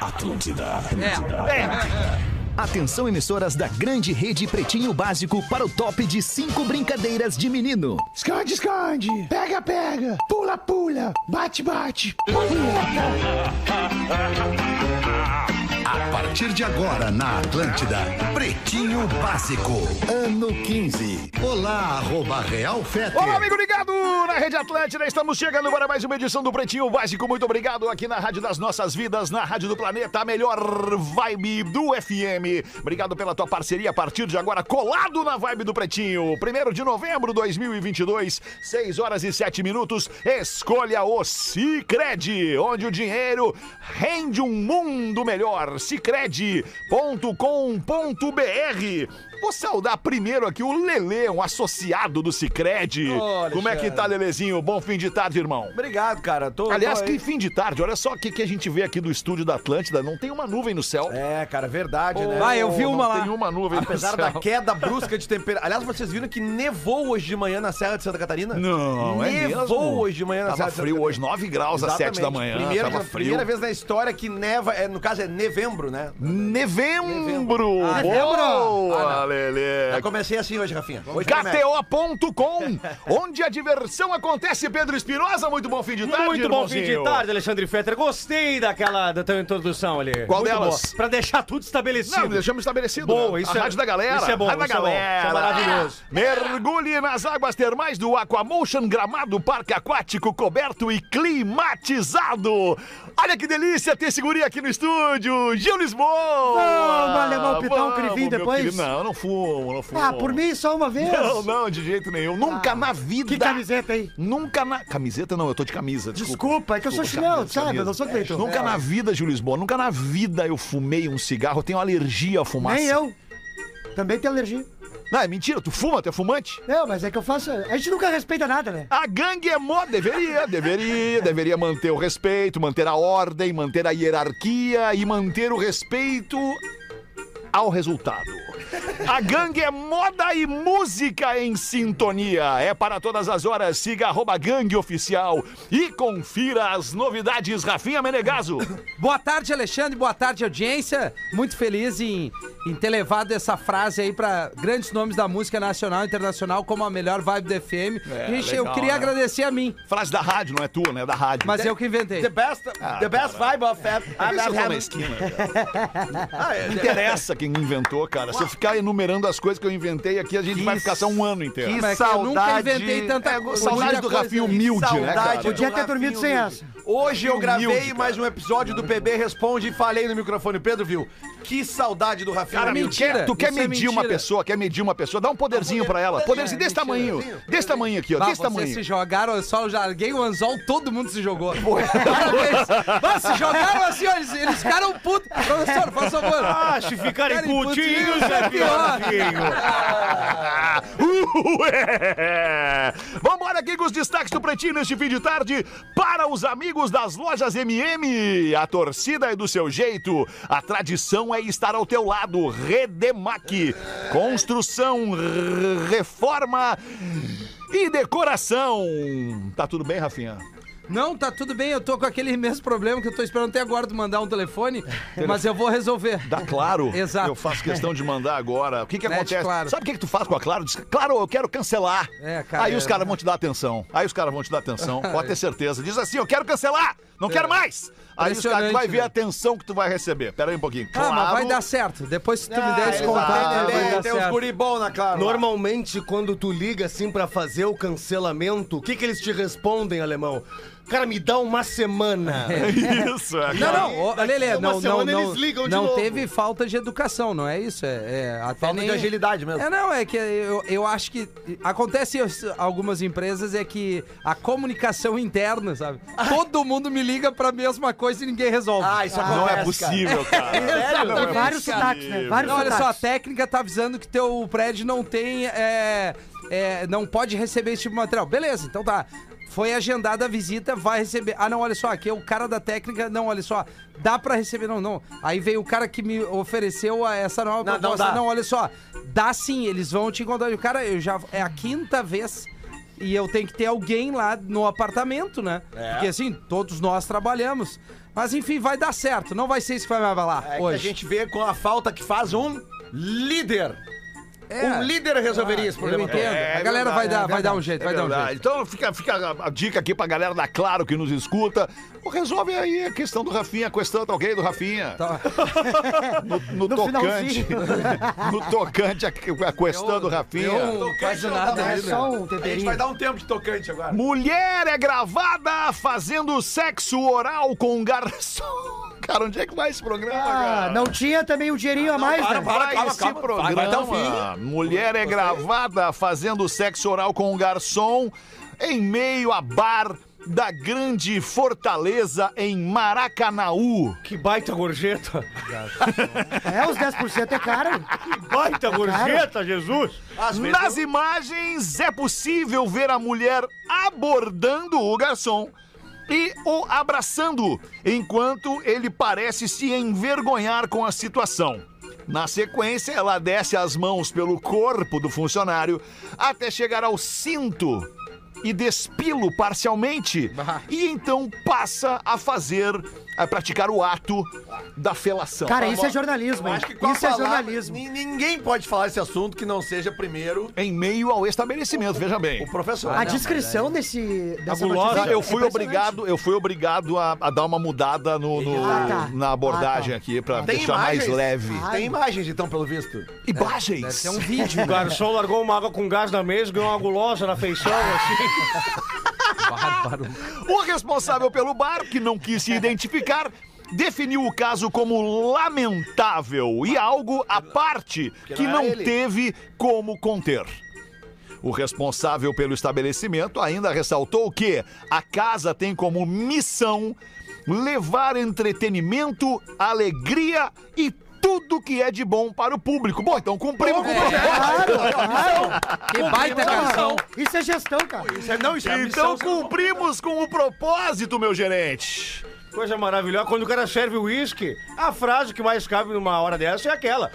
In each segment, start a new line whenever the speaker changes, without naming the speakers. Atlântida, Atlântida, Atlântida.
Atenção, emissoras da grande rede Pretinho Básico para o top de cinco brincadeiras de menino.
Esconde, esconde. Pega, pega. Pula, pula. Bate, bate.
A partir de agora, na Atlântida, Pretinho Básico, ano 15. Olá, arroba Real Fete.
Olá, amigo ligado na Rede Atlântida. Estamos chegando para mais uma edição do Pretinho Básico. Muito obrigado aqui na Rádio das Nossas Vidas, na Rádio do Planeta, a melhor vibe do FM. Obrigado pela tua parceria a partir de agora, colado na vibe do Pretinho. Primeiro de novembro de 2022, 6 horas e 7 minutos. Escolha o Cicred, onde o dinheiro rende um mundo melhor cicred.com.br. Vou saudar primeiro aqui o Lele, um associado do Cicred.
Ô,
Como é que tá, Lelezinho? Bom fim de tarde, irmão.
Obrigado, cara. Tô,
Aliás,
tô
que
aí.
fim de tarde. Olha só o que, que a gente vê aqui do estúdio da Atlântida. Não tem uma nuvem no céu.
É, cara, verdade, né?
Vai, eu vi
Não
uma lá.
Tem uma nuvem
Apesar
no
da
céu.
queda brusca de temperatura. Aliás, vocês viram que nevou hoje de manhã na Serra de Santa Catarina?
Não, é
nevou
mesmo?
hoje de manhã na
Tava
Serra de Santa
frio
Catarina.
hoje, 9 graus às 7 da manhã.
Primeira,
tava frio.
primeira vez na história que neva, é, no caso é novembro, né?
Nevembro!
Ah,
Boa,
Ah, não.
Lelê!
Eu comecei assim hoje, Rafinha. Hoje promete.
KTO.com, onde a diversão acontece. Pedro Espinosa, muito bom fim de tarde.
Muito bom fim de
irmãozinho.
tarde, Alexandre Fetter. Gostei daquela da tua introdução ali.
Qual
Muito
delas?
boa. Pra deixar tudo estabelecido.
Não, deixamos estabelecido.
Bom,
né?
isso
a
é-
Rádio da Galera.
isso é bom,
Rádio da
isso é bom,
Galera.
isso é maravilhoso.
Mergulhe nas águas termais do Aquamotion Gramado Parque Aquático coberto e climatizado. Olha que delícia ter segurinha aqui no estúdio. Gil Lisboa.
Vamos, alemão, pitar um
Vamos,
crivinho
meu
depois?
querido. Não, não fumo, não fumo.
Ah, por mim, só uma vez.
Não, não, de jeito nenhum. Nunca na vida.
Que camiseta aí?
Nunca na. Camiseta não, eu tô de camisa.
Desculpa, é que eu sou
Desculpa,
chinelo,
camisa,
sabe?
camisa.
Eu não sou feito.
É,
Nunca na vida, Gil Lisboa, nunca na vida eu fumei um cigarro. Eu tenho alergia à fumaça.
Nem eu. Também tenho alergia.
Não, é mentira, tu fuma, tu é fumante.
Não, mas é que eu faço. A gente nunca respeita nada, né?
A gangue é mó. Deveria, deveria, deveria manter o respeito, manter a ordem, manter a hierarquia e manter o respeito ao resultado. A gangue é moda e música em sintonia. É para todas as horas. Siga arroba gangue oficial e confira as novidades. Rafinha Menegaso.
Boa tarde, Alexandre. Boa tarde, audiência. Muito feliz em, em ter levado essa frase aí pra grandes nomes da música nacional e internacional como a melhor vibe do FM. Gente, eu
legal,
queria
né?
agradecer a mim,
Frase da rádio, não é tua, né? É da rádio.
mas eu que inventei.
The best, the best vibe of that. Ah, é,
Ah, isso né, eu tô na esquina. Não interessa quem inventou, cara. Se eu ficar enumerando as coisas que eu inventei aqui, a gente vai ficar só um ano inteiro.
Mas é que eu nunca inventei tanta
É,
coisa.
saudade do
coisa.
Rafinho humilde, né, cara?
Podia ter dormido sem essa.
um Hoje eu gravei
Humilde, cara.
mais um episódio do PB Responde e falei no microfone. O Pedro viu. Que saudade do Rafinha.
Cara, tu
É mentira,
quer, tu quer
isso é
medir uma
mentira.
pessoa, quer medir uma pessoa, dá um poderzinho pra ela. Poderzinho desse tamanho. Desse tamanho aqui, ó.
Bah,
Desse
Ah, vocês se
tamanho.
jogaram, eu só larguei o anzol, todo mundo se jogou. Parabéns. Bah, se jogaram assim, ó, eles, eles ficaram putos. Professor, faz favor.
Ah, se ficarem
Ficarem
putinhos
putinhos
é
é
pior.
pior.
Ué! Uh, é. Vambora aqui com os destaques do Pretinho neste fim de tarde para os amigos das lojas MM. A torcida é do seu jeito, a tradição é estar ao teu lado. Redemac, construção, r- reforma e decoração. Tá tudo bem, Rafinha?
Não, tá tudo bem, eu tô com aquele mesmo problema que eu tô esperando até agora tu mandar um telefone, mas eu vou resolver.
Da Claro.
Exato.
Eu faço questão de mandar agora. O que que
Net
acontece?
Claro.
Sabe o que que tu faz com a Claro? Diz, claro, eu quero cancelar.
É, cara,
Aí os
é-
caras vão te dar atenção. Aí os caras vão te dar atenção. Pode ter certeza. Diz assim, eu quero cancelar. Não quero mais. Aí os caras tu vai
É. Impressionante,
ver
né?
a atenção que tu vai receber. Pera aí um pouquinho.
Ah, mas vai dar certo. Depois se tu
Ah,
me der esse
Eles
contato,
né?
atendem
vai
bem,
dar
"Ah, Tem uns
certo.
guri bom na Claro.
Normalmente, quando tu liga assim pra fazer o cancelamento, o que que eles te respondem, alemão? Cara, me dá uma semana.
Isso, é.
Não,
cara.
não, ô,
Daqui
Lelê,
a uma
não, não,
semana
não,
eles ligam de
não
novo.
teve falta de educação, não é isso? É, é, até
Falta
nem...
de agilidade mesmo.
É, não, é que eu, eu acho que acontece em algumas empresas é que a comunicação interna, sabe? Todo mundo me liga pra mesma coisa e ninguém resolve.
Ah, isso acontece,
Não é
cara.
possível, cara.
Exatamente.
Não é
Vários
possível.
sotaques, né? Vários
Não, olha só, a
sotaques.
técnica tá avisando que teu prédio não tem. é, é, não pode receber esse tipo de material. Beleza, então tá. Foi agendada a visita, vai receber. Ah, não, olha só, aqui é o cara da técnica. Não, olha só, dá pra receber, não, não. Aí veio o cara que me ofereceu a- essa nova
Não, não
proposta.
dá.
Não, olha só, dá sim, eles vão te encontrar. E o cara, eu já. É a quinta vez. e eu tenho que ter alguém lá no apartamento, né?
É.
Porque assim, todos nós trabalhamos. Mas enfim, vai dar certo. Não vai ser isso que vai me abalar
É que a
hoje.
gente vê com a falta que faz um líder.
É.
Um líder resolveria esse
Eu
problema.
entendo. a galera vai, dar, vai dar um jeito,
É
vai dar um
verdade.
jeito.
Então fica, fica a, a dica aqui pra galera da Claro que nos escuta. Pô, Resolve aí a questão do Rafinha, a questão tá ok do Rafinha.
Tá.
No, tocante. no tocante, a, a questão do Rafinha.
Não faz nada
É
ali, né?
só um temperinho. A gente vai dar um tempo de tocante agora.
Mulher é gravada fazendo sexo oral com garçom. Cara, onde é que vai esse programa,
Ah,
cara?
não tinha também um dinheirinho a mais, né?
Vai esse programa.
vai até o fim.
Mulher é gravada fazendo sexo oral com um garçom em meio a bar da grande fortaleza em Maracanaú.
Que baita gorjeta.
É, os 10% é caro.
Então
tá
Baita
gorjeta,
Jesus. Às vezes
Nas imagens é possível ver a mulher abordando o garçom e o abraçando, enquanto ele parece se envergonhar com a situação. Na sequência, ela desce as mãos pelo corpo do funcionário até chegar ao cinto e despilo parcialmente. E então passa a fazer, a praticar o ato da felação.
tá
Cara,
Tá
isso é
eu
jornalismo, hein?
acho que com a
Isso é
palavra,
jornalismo.
ni- Ninguém pode falar esse assunto que não seja primeiro
Em meio ao estabelecimento, veja bem.
o professor.
Ah,
A descrição desse, dessa
Tá,
notícia é
eu fui
impressionante.
obrigado, eu fui obrigado a, a dar uma mudada no, no-
Ah, tá.
na abordagem
Ah,
aqui pra
Tem
deixar
imagens?
mais leve.
Tem imagens, então, pelo visto.
é.
Deve
Imagens.
ser um vídeo. né?
garçom largou uma água com gás na mesa, ganhou uma gulosa na feição, assim.
O responsável pelo bar, que não quis se identificar, definiu o caso como lamentável e algo à parte que
não
não
era ele.
teve como conter. O responsável pelo estabelecimento ainda ressaltou que a casa tem como missão levar entretenimento, alegria e tudo que é de bom para o público. Bom, então cumprimos
é,
com o propósito.
é, Claro, claro.
Que baita garçom.
Isso é gestão, cara.
Isso é, não, isso é
Então
missão, seu-
cumprimos com o propósito, meu gerente.
Coisa maravilhosa. Quando o cara serve o uísque, a frase que mais cabe numa hora dessa é aquela.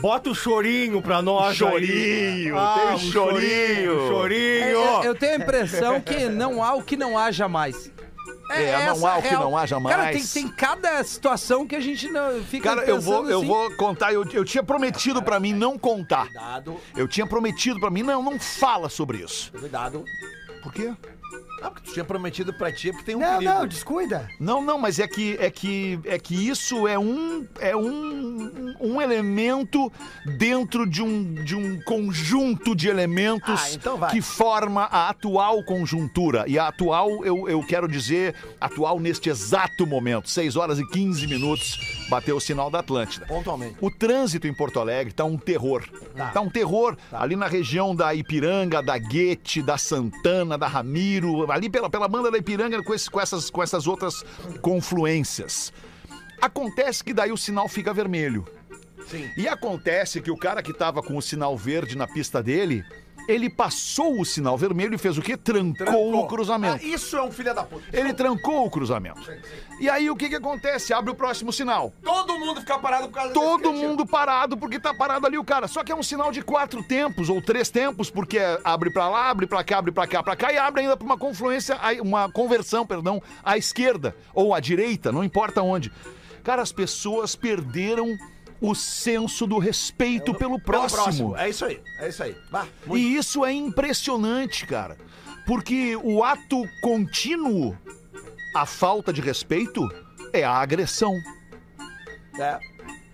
Bota o chorinho pra nós
Chorinho,
aí. Ah,
tem o chorinho.
o Chorinho.
Eu, eu tenho a impressão que não há o que não haja mais.
É, não
essa
há o
a
que não haja
Cara, tem,
mais.
tem cada situação que a gente não fica
Cara, eu vou,
pensando
eu
assim.
vou contar. Eu, eu tinha prometido pra mim não contar.
Cuidado,
Eu tinha prometido pra mim, não, não fala sobre isso.
cuidado.
Por quê?
Ah, porque tu tinha prometido pra ti, porque tem um
Não,
perigo.
não, descuida.
Não, não, mas é que é que é que isso é um é um, um elemento dentro de um de um conjunto de elementos
Ah, então vai.
que forma a atual conjuntura. E a atual eu, eu quero dizer atual neste exato momento, 6 horas e 15 minutos, bateu o sinal da Atlântida.
Pontualmente.
O trânsito em Porto Alegre tá um terror. Tá, um terror ali na região da Ipiranga, da Guete, da Santana, da Ramiro, ali pela, pela banda da Ipiranga com, esse- com essas, com essas outras confluências. Acontece que daí o sinal fica vermelho.
Sim.
E acontece que o cara que tava com o sinal verde na pista dele, ele passou o sinal vermelho e fez o quê? Trancou, o cruzamento.
Ah, isso é um filho da puta.
Ele trancou o cruzamento. E aí o que que acontece? Abre o próximo sinal
Todo mundo fica parado por causa
todo
desse
mundo parado porque tá parado ali o cara. Só que é um sinal de quatro tempos ou três tempos, porque é abre pra lá, abre pra cá, abre pra cá, pra cá e abre ainda pra uma confluência, aí uma conversão, perdão, à esquerda ou à direita, não importa onde. Cara, as pessoas perderam o senso do respeito pelo
Pelo
próximo.
É isso aí, é isso aí. Bah, muito.
E isso é impressionante, cara. Porque o ato contínuo, a falta de respeito, é a agressão.
É.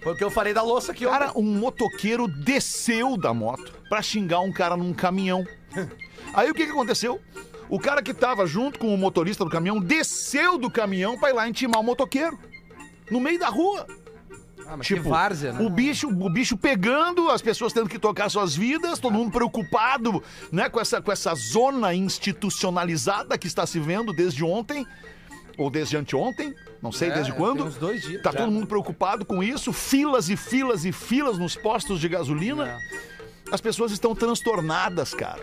Foi o que eu falei da louça aqui,
Cara, um motoqueiro desceu da moto pra xingar um cara num caminhão. Aí o que, que aconteceu? O cara que tava junto com o motorista do caminhão desceu do caminhão pra ir lá intimar o motoqueiro. No meio da rua.
Ah, mas
Tipo,
que várzea, né?
o bicho, o bicho pegando, as pessoas tendo que tocar suas vidas, todo mundo preocupado, né, com essa com essa zona institucionalizada que está se vendo desde ontem ou desde anteontem, não sei
É,
desde
é,
quando.
tem uns dois dias.
Tá
Já.
todo mundo preocupado com isso, filas e filas e filas nos postos de
É.
gasolina. As pessoas estão transtornadas, cara.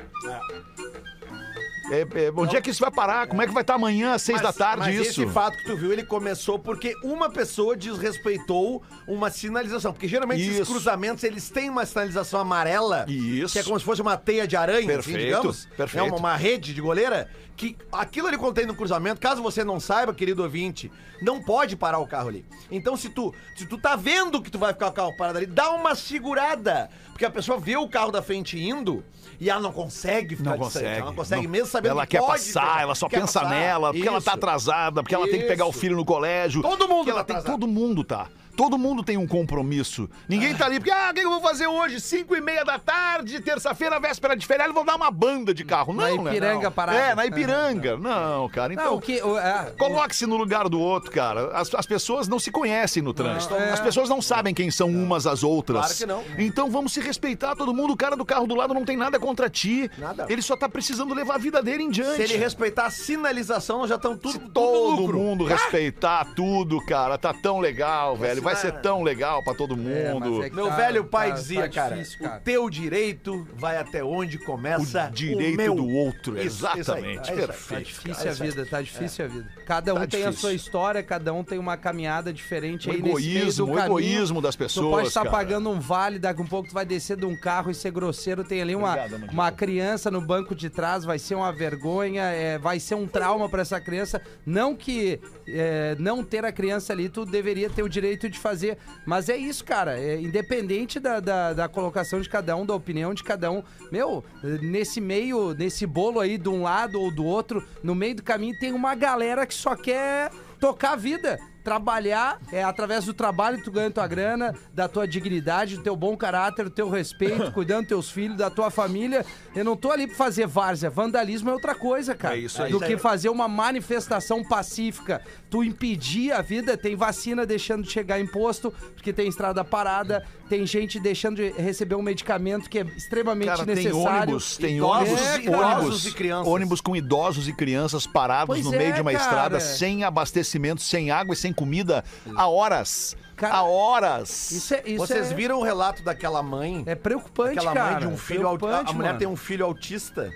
É, é, onde é que isso vai parar? Como é que vai estar amanhã às seis
Então- Mas-
da tarde
mas
isso?
Esse fato que tu viu, ele começou porque uma pessoa desrespeitou uma sinalização. Porque geralmente esses
Isso.
cruzamentos, eles têm uma sinalização amarela,
Isso.
que é como se fosse uma teia de aranha, assim,
Perfeito,
digamos.
perfeito.
É uma, uma rede de goleira, que aquilo ali contém no cruzamento, caso você não saiba, querido ouvinte, não pode parar o carro ali. Então, se tu, se tu tá vendo que tu vai ficar o carro parado ali, dá uma segurada. Porque a pessoa vê o carro da frente indo e ela não consegue ficar
Não
distante,
consegue.
Tá Ela não consegue mesmo sabendo
Ela
que
quer
pode
passar,
viajar,
ela só
quer
pensa
passar.
nela, porque ela tá
Isso.
atrasada, porque ela tem que pegar o
Isso.
filho no colégio.
Todo mundo
porque ela
tá
tem,
atrasado.
Todo mundo tá. Todo mundo tem um compromisso. Ninguém tá ali porque, ah, o que eu vou fazer hoje? Cinco e meia da tarde, terça-feira, véspera de feriado, vou dar uma banda de carro. Não,
Na
né?
Ipiranga
Não.
parada.
É, na Ipiranga. Não, cara,
Não,
então...
o que. o- é,
Coloque-se no lugar do outro, cara. As, as pessoas não se conhecem no trânsito.
é.
As pessoas não sabem quem são umas às outras.
Claro que não.
Então vamos se respeitar todo mundo. O cara do carro do lado não tem nada contra ti.
Nada.
Ele só tá precisando levar a vida dele em diante.
Se ele respeitar a sinalização, nós já estamos tudo,
Se
tudo
todo
lucro.
mundo respeitar tudo, cara, tá tão legal, velho. Vai ser
Cara.
tão legal pra todo
É, mas
mundo.
é que
Meu
tá-
velho pai
tá-
dizia,
tá
cara,
difícil, cara.
o teu direito vai até onde começa
O direito
meu."
do outro,
Isso, isso aí,
exatamente,
é isso aí.
perfeito. É
Tá difícil a vida, tá difícil a vida. Cada um
Tá
tem a
difícil.
sua história, cada um tem uma caminhada diferente
O
aí nesse meio
Um egoísmo,
do
o
caminho.
egoísmo das
Tu
pessoas,
pode estar
cara.
pagando um vale, daqui a um pouco tu vai descer de um carro e ser grosseiro. Tem ali uma,
Obrigado, Amandinha.
uma criança no banco de trás, vai ser uma vergonha, é, vai ser um trauma pra essa criança. Não que é, não ter a criança ali, tu deveria ter o direito de fazer. Mas é isso, cara. É, independente da, da, da colocação de cada um, da opinião de cada um. Meu, nesse meio, nesse bolo aí, de um lado ou do outro, no meio do caminho tem uma galera que só quer tocar a vida trabalhar, é através do trabalho que tu ganha tua grana, da tua dignidade, do teu bom caráter, do teu respeito, cuidando dos teus filhos, da tua família. Eu não tô ali pra fazer várzea. Vandalismo é outra coisa, cara.
É isso aí.
Do que fazer uma manifestação pacífica. Tu impedir a vida, tem vacina deixando de chegar imposto, porque tem estrada parada, tem gente deixando de receber um medicamento que é extremamente
Cara, tem
necessário.
ônibus, tem
Idosos
ônibus, ônibus,
e-
idosos e crianças.
ônibus com idosos e crianças parados
Pois
no
é,
meio de uma
cara.
estrada, sem abastecimento, sem água e sem comida, há horas,
Cara,
há horas.
Isso é, isso
Vocês
é,
viram o relato daquela mãe?
É preocupante,
Aquela
cara.
mãe de um filho autista.
Preocupante,
A mulher
mano.
tem um filho autista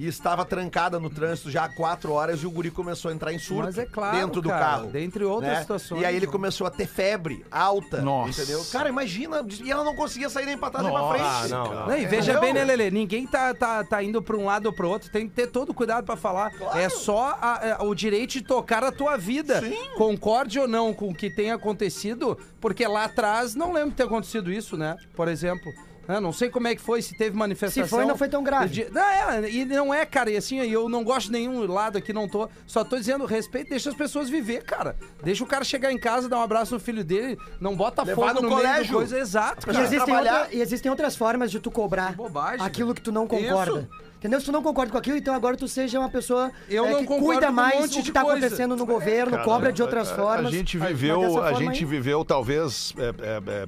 e estava trancada no trânsito já há quatro horas e o guri começou a entrar em surto
Mas é claro,
dentro do
cara,
carro.
dentre outras situações,
E aí ele
né?
começou a ter febre alta.
Nossa.
Entendeu? Cara, imagina. E ela não conseguia sair nem pra trás nem pra frente.
Nossa,
não.
cara.
Não, e veja bem, né, Lelê? Ninguém tá, tá, tá indo pra um lado ou pro outro. Tem que ter todo cuidado pra falar. É só a- a- o direito de tocar a tua vida. Concorde ou não com o que tem acontecido, porque lá atrás não lembro de ter acontecido isso, né? Por exemplo. né? não sei como é que foi, se teve manifestação.
Se foi, não foi tão grave.
De- Não, é, e não é, cara, e assim, eu não gosto de nenhum lado aqui, não tô. Só tô dizendo, respeito, deixa as pessoas viver, cara. Deixa o cara chegar em casa, dar um abraço no filho dele, não bota
Levar
fogo
no
no, meio do
colégio.
coisa. Exato,
E
cara.
existem,
trabalhar.
outra- e existem outras formas de tu cobrar
Bobagem.
aquilo que tu não concorda. Entendeu? Se tu não concorda com aquilo, então agora tu seja uma pessoa eh,
Eu não
que
concordo com
cuida
um
mais
monte de
o que tá
coisa.
acontecendo no governo,
Cara,
cobra é de outras
a- a-
formas.
A gente
Mas
viveu,
dessa
a
forma
gente
aí-
viveu talvez, é,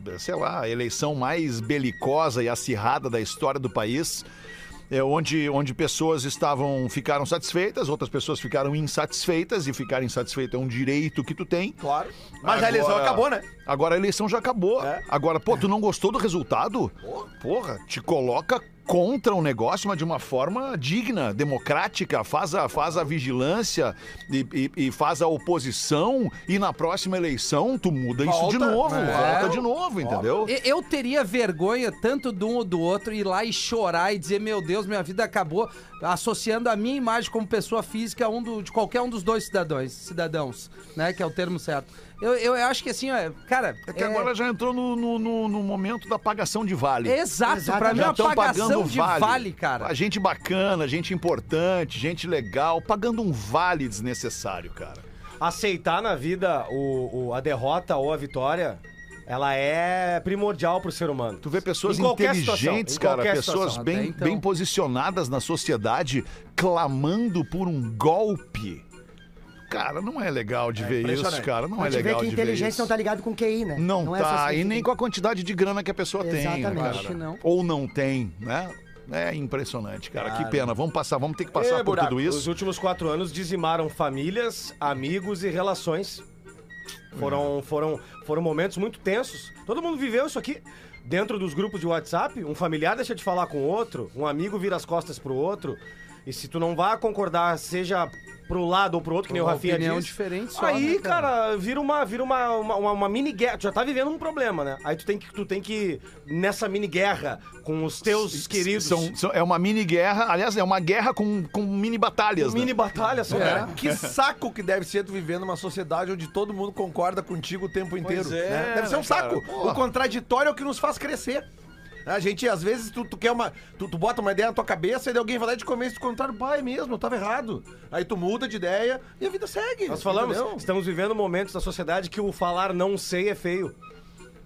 é, é, sei lá, a eleição mais belicosa e acirrada da história do país. É onde, onde pessoas estavam ficaram satisfeitas, outras pessoas ficaram insatisfeitas, e ficar insatisfeito é um direito que tu tem.
Claro. Mas a eleição
Agora-
acabou, né?
Agora a eleição já acabou.
É.
Agora, pô, tu não gostou do resultado? Porra, te coloca contra o negócio, mas de uma forma digna, democrática, faz a, faz a vigilância e, e- e faz a oposição e na próxima eleição tu muda isso de
Volta.
novo,
É.
volta de novo, entendeu?
E- Eu teria vergonha tanto de um ou do outro ir lá e chorar e dizer, meu Deus, minha vida acabou, associando a minha imagem como pessoa física a um do- de qualquer um dos dois cidadãos, cidadãos, né? Que é o termo certo. Eu, eu acho que assim, ó, cara.
É que agora já entrou no, no- no- no momento da pagação de vale.
é Exato, pra mim é
Já
uma
estão pagando
pagação de vale,
vale.
cara.
A gente bacana, gente importante, gente legal, pagando um vale desnecessário, cara.
aceitar na vida o, o- a derrota ou a vitória, ela é primordial pro ser humano.
Tu vê pessoas
Em qualquer
inteligentes,
situação, em
cara,
qualquer
pessoas
situação. né?
bem,
Até então.
bem posicionadas na sociedade, clamando por um golpe. Cara, não é legal de ver isso,
impressionante.
cara. Não é
Mas tu vê
legal
que
de ver
inteligência
isso.
não tá ligado com QI, né?
Não,
é
tá,
essas
e
coisas
nem
que-
com a quantidade de grana que a pessoa tem,
Exatamente.
cara.
Acho
que não.
Ou não tem, né? É impressionante, cara. Que pena. Vamos passar, vamos ter que passar
Ê,
por
É, buraco,
tudo
Os
isso.
últimos quatro anos dizimaram famílias, amigos e relações. Foram, foram, foram momentos muito tensos. Todo mundo viveu isso aqui. Dentro dos grupos de WhatsApp, um familiar deixa de falar com o outro, um amigo vira as costas pro outro. E se tu não vai concordar, seja pro lado ou pro outro, que nem o
Uma
Rafinha
opinião
diz,
diferente só,
aí,
né,
cara,
cara?
vira uma vira uma, uma, uma- uma mini guerra. Tu já tá vivendo um problema, né? Aí tu tem que tu tem que nessa mini guerra com os teus queridos
São- são- é uma mini guerra, aliás, é uma guerra com, com mini batalhas. né?
mini batalha
É.
só, cara.
né? Que saco que deve ser tu viver numa sociedade onde todo mundo concorda contigo o tempo inteiro.
é,
né? Deve ser um
né, cara?
saco. O contraditório é o que nos faz crescer. A gente, às vezes, tu, tu quer uma. Tu, tu bota uma ideia na tua cabeça e daí alguém vai lá e te convence do contrário. Pai, mesmo, eu tava errado. Aí tu muda de ideia e a vida segue.
Nós falamos,
entendeu?
estamos vivendo momentos da sociedade que o falar não sei é feio.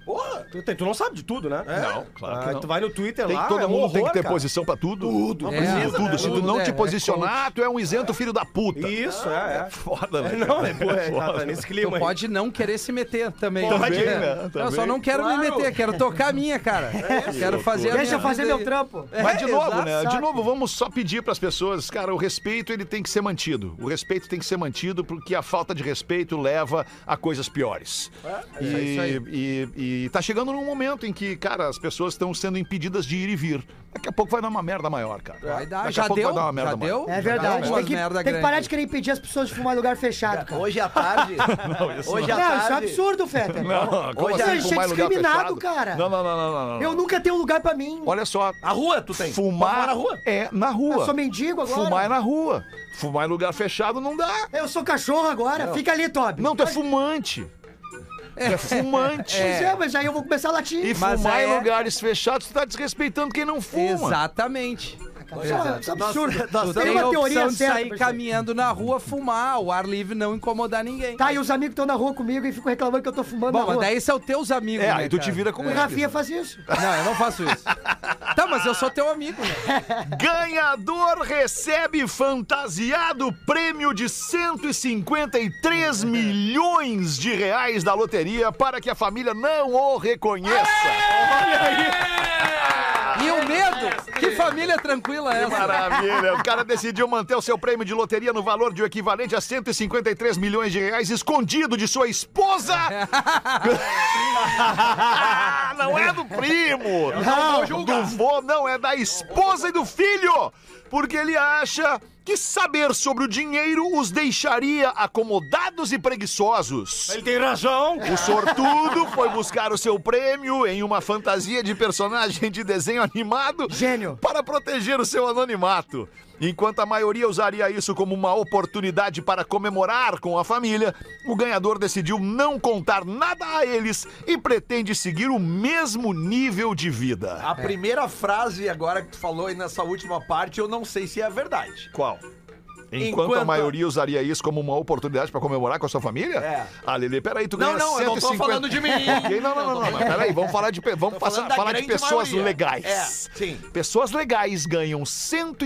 Porra! É?
Tu, tem- tu não sabe de tudo, né?
Não, claro que
Ah,
não.
Tu vai no Twitter
Tem-
lá,
todo
é um
mundo tem que
horror,
ter
cara.
posição pra tudo. Tudo,
É,
tudo,
né?
tudo. Se tu
Tudo
não
é-
te
é
posicionar, tu é um isento filho da puta.
Isso, é, é.
Foda, né?
Não, é, pô, é, tá,
Foda.
tá nesse
Tu
clima aí.
pode não querer se meter também.
Também,
É.
né?
Não, só
Também. É,
não quero me
Claro.
meter, quero tocar a minha, cara. quero fazer a minha
Deixa eu fazer
vida
meu
aí.
trampo.
É,
Mas de novo,
exato,
né? De
sabe?
novo, vamos só pedir pras pessoas, cara, o respeito ele tem que ser mantido. O respeito tem que ser mantido porque a falta de respeito leva a coisas piores. e,
isso
e- e tá chegando num momento em que, cara, as pessoas estão sendo impedidas de ir e vir. Daqui a pouco vai dar uma merda maior, cara.
Vai dar,
Daqui a
já
pouco
deu,
vai dar uma merda
já
maior.
deu.
É
Já
verdade.
dá
Tem
umas
que,
merda
tem que parar de
grande.
querer impedir as pessoas de fumar em lugar fechado,
Tá.
cara.
Hoje à tarde. hoje à
Não,
tarde.
isso é um absurdo, Feta.
Não, como
Hoje
assim,
a gente
fumar
é
em lugar
discriminado,
fechado?
cara.
Não, não, não, não, não, não.
Eu nunca tenho um lugar pra mim.
Olha só.
A rua tu tem. Pode
Fumar
fumar na rua.
é na rua.
Eu sou mendigo agora.
Fumar é na rua. Fumar em lugar fechado não dá.
Eu sou cachorro agora. Fica ali, Toby.
Não, tu é fumante. Tu é fumante.
Pois é, mas aí eu vou começar a latir.
E
Mas
fumar em
é-
lugares fechados, tu tá desrespeitando quem não fuma.
Exatamente.
Isso é- isso é absurdo.
nós temos
Eu tenho
Tem a
uma teoria
opção de
certa.
sair
pra isso aí.
caminhando na rua, fumar, o ar livre não incomodar ninguém.
Tá, e os amigos estão na rua comigo e ficam reclamando que eu tô fumando
Bom,
na
mas
rua.
daí são teus amigos,
É,
né,
aí tu te
cara?
vira com
O
ele.
Rafinha faz isso.
Não, eu não faço isso. tá, mas eu sou teu amigo, né?
Ganhador recebe fantasiado prêmio de 153 milhões de reais da loteria para que a família não o reconheça.
E o medo? Que família tranquila é
Que
essa?
maravilha! O cara decidiu manter o seu prêmio de loteria no valor de o equivalente a 153 milhões de reais escondido de sua esposa! não é do primo! Não, do vô, não, é da esposa e do filho! Porque ele acha que saber sobre o dinheiro os deixaria acomodados e preguiçosos.
Ele tem razão.
O sortudo foi buscar o seu prêmio em uma fantasia de personagem de desenho animado.
Gênio.
Para proteger o seu anonimato. Enquanto a maioria usaria isso como uma oportunidade para comemorar com a família, o ganhador decidiu não contar nada a eles e pretende seguir o mesmo nível de vida.
A
É.
primeira frase agora que tu falou aí nessa última parte, eu não sei se é verdade.
Qual? Enquanto,
Enquanto
a
a-
maioria usaria isso como uma oportunidade para comemorar com a sua família?
É.
Ah, Lelê, peraí, tu
Não,
ganha
não, eu não tô
150
falando de mim.
Ok, não, não, não, não, mas peraí, vamos falar de, pe- vamos
Tô falando
passar,
da
falar de
grande
pessoas
maioria.
legais.
É, sim.
Pessoas legais ganham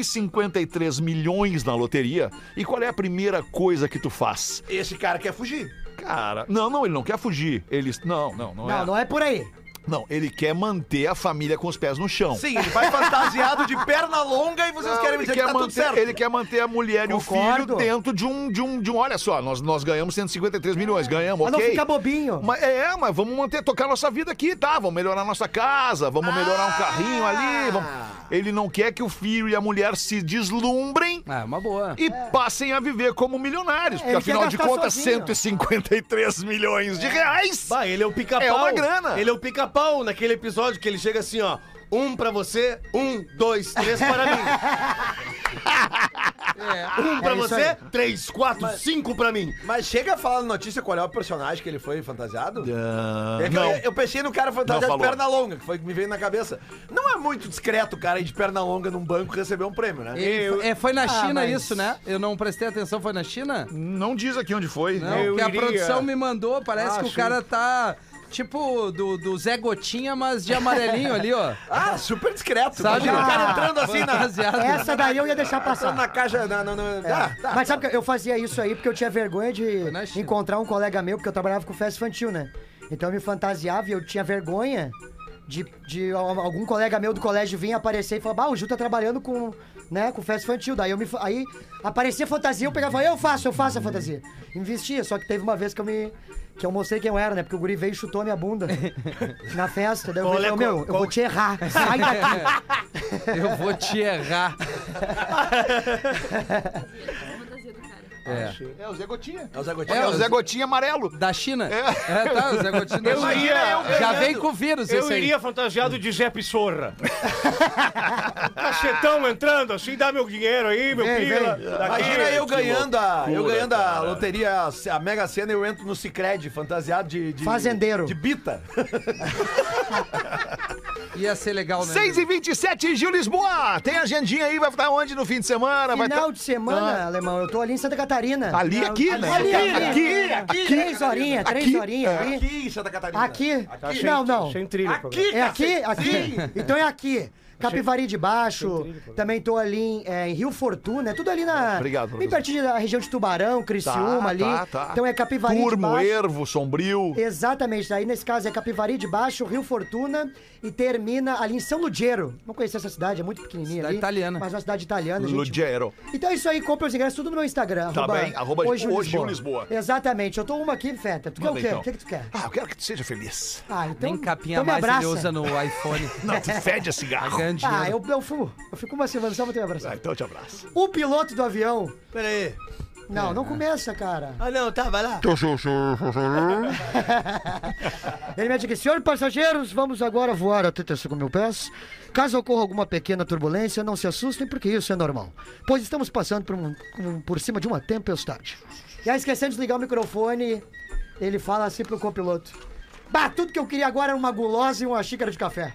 153 milhões na loteria. E qual é a primeira coisa que tu faz?
Esse cara quer fugir.
Cara, não, não, ele não quer fugir. Ele, não, não, não, é.
Não, não é por aí.
Não, ele quer manter a família com os pés no chão.
Sim, ele vai fantasiado de perna longa e vocês
Não,
querem me
ele,
dizer
quer
que tá tudo
manter,
certo.
ele quer manter a mulher e o filho
Concordo.
dentro de um, de um, de um. Olha só, nós, nós ganhamos 153 milhões, ganhamos,
Mas
ok?
não fica bobinho.
Mas, é, mas vamos manter, tocar nossa vida aqui, tá? Vamos melhorar nossa casa, vamos melhorar um carrinho ali. vamos- Ele não quer que o filho e a mulher se deslumbrem
Ah, é uma boa.
e passem a viver como milionários. Porque,
ele quer
afinal de
gastar
contas,
sozinho.
153 milhões de reais.
Bah, ele é o pica-pau.
É uma grana.
Ele é o pica-pau naquele episódio que ele chega assim, ó. Um pra você,
tá-
um, dois, três para mim.
Ah,
Um pra
É isso
você, três, quatro, cinco pra mim.
Mas chega a falar na notícia qual é o personagem que ele foi fantasiado?
Ah,
É que
não.
Eu, eu pensei no cara
Não
fantasiado de
falou.
perna longa, que foi o que me veio na cabeça. Não é muito discreto o cara ir de perna longa num banco receber um prêmio, né?
Ele-
eu-
é, foi na China
Ah, mas-
isso, né? Eu não prestei atenção, foi na China?
Não diz aqui onde foi.
Não, é
Eu
porque a
iria.
produção me mandou, parece que o
Acho.
cara tá tipo do, do Zé Gotinha, mas de amarelinho ali, ó.
Ah, super discreto.
Sabe? né?
Imagina o cara
Ah,
entrando assim na,
Fantasiado.
Essa daí eu ia deixar
Ah.
entrando
passar.
na caixa. Na, na, na-
É.
Ah, tá.
Mas sabe que eu fazia isso aí porque eu tinha vergonha de
na China.
encontrar um colega meu, porque eu trabalhava com festa infantil, né? Então eu me fantasiava e eu tinha vergonha de, de al- algum colega meu do colégio vir aparecer e falar, ah, o Ju tá trabalhando com, né, com festa infantil. Daí eu me, fa- aí aparecia fantasia, eu pegava, e falava, eu faço, eu faço a fantasia. Investia, só que teve uma vez que eu me, que eu mostrei quem eu era, né, porque o guri veio e chutou a minha bunda na festa. Daí eu falei, meu, eu vou te errar, sai daqui.
Eu vou te errar. É.
É o Zé Gotinha.
É o Zé Gotinha.
É o Zé Gotinha amarelo.
Da China? É, tá, o Zé Gotinho da
Eu
China.
iria- eu
Já
ganhando.
vem com vírus
Eu
esse aí.
iria fantasiado de Zé Pissorra. Cacetão entrando assim, dá meu dinheiro aí, meu
Vem,
pila.
vem.
daqui.
Imagina eu
Que
ganhando a, eu
loucura,
ganhando a
cara.
loteria, a- a Mega Sena, eu entro no Cicred, fantasiado de, de-
Fazendeiro.
de bita.
Ia ser legal, né?
6 e 27 Gil Lisboa. Tem agendinha aí, vai estar onde no fim de semana? Vai
Final
tá...
de semana, alemão, eu tô ali em Santa Catarina.
Ali, aqui, né?
Ali, ali,
Aqui,
aqui,
aqui. né?
Três horinhas, três
Aqui,
horinhas.
é.
Aqui,
Aqui, Santa Catarina.
aqui. Não, não.
Sem trilha. Aqui.
É aqui?
assim,
Aqui? Então é aqui. Capivari de Baixo,
né?
também tô ali em, é, em Rio Fortuna, é tudo ali na.
Obrigado,
Bem
professor.
pertinho da região de Tubarão, Criciúma ali.
tá, tá.
Então é Capivari de
Turmo,
Baixo. É,
ervo, sombrio.
Exatamente, daí nesse caso é Capivari de Baixo, Rio Fortuna e termina ali em São Ludiero. Não conhecia essa cidade, é muito pequenininha
Cidade
ali.
italiana.
Mas uma cidade italiana, gente.
Lugero.
Então é isso aí, compra os ingressos tudo no meu Instagram.
Tá bem, arroba hoje em Lisboa.
Exatamente, eu tô uma aqui, Feta. Tu quer o
Manda,
quê?
então.
O que, que tu quer?
Ah, eu quero que tu seja feliz.
Ah, então.
Nem capinha
então me
mais
abraça.
ele usa no iPhone.
Não, tu fede a
Tá
cigarro.
ganhando
Ah,
dinheiro.
eu, eu fumo. Eu fico uma semana só pra ter me abraçar.
Ah, então eu te abraço.
O piloto do avião.
Peraí.
Não,
É.
não começa, cara.
Ah, não, tá, vai lá.
Ele me diz aqui, senhores passageiros, vamos agora voar a 35 mil pés. Caso ocorra alguma pequena turbulência, não se assustem, porque isso é normal. Pois estamos passando por, um- um- por cima de uma tempestade. E aí, esquecendo de ligar o microfone, ele fala assim pro copiloto. Bah, tudo que eu queria agora era uma gulosa e uma xícara de café.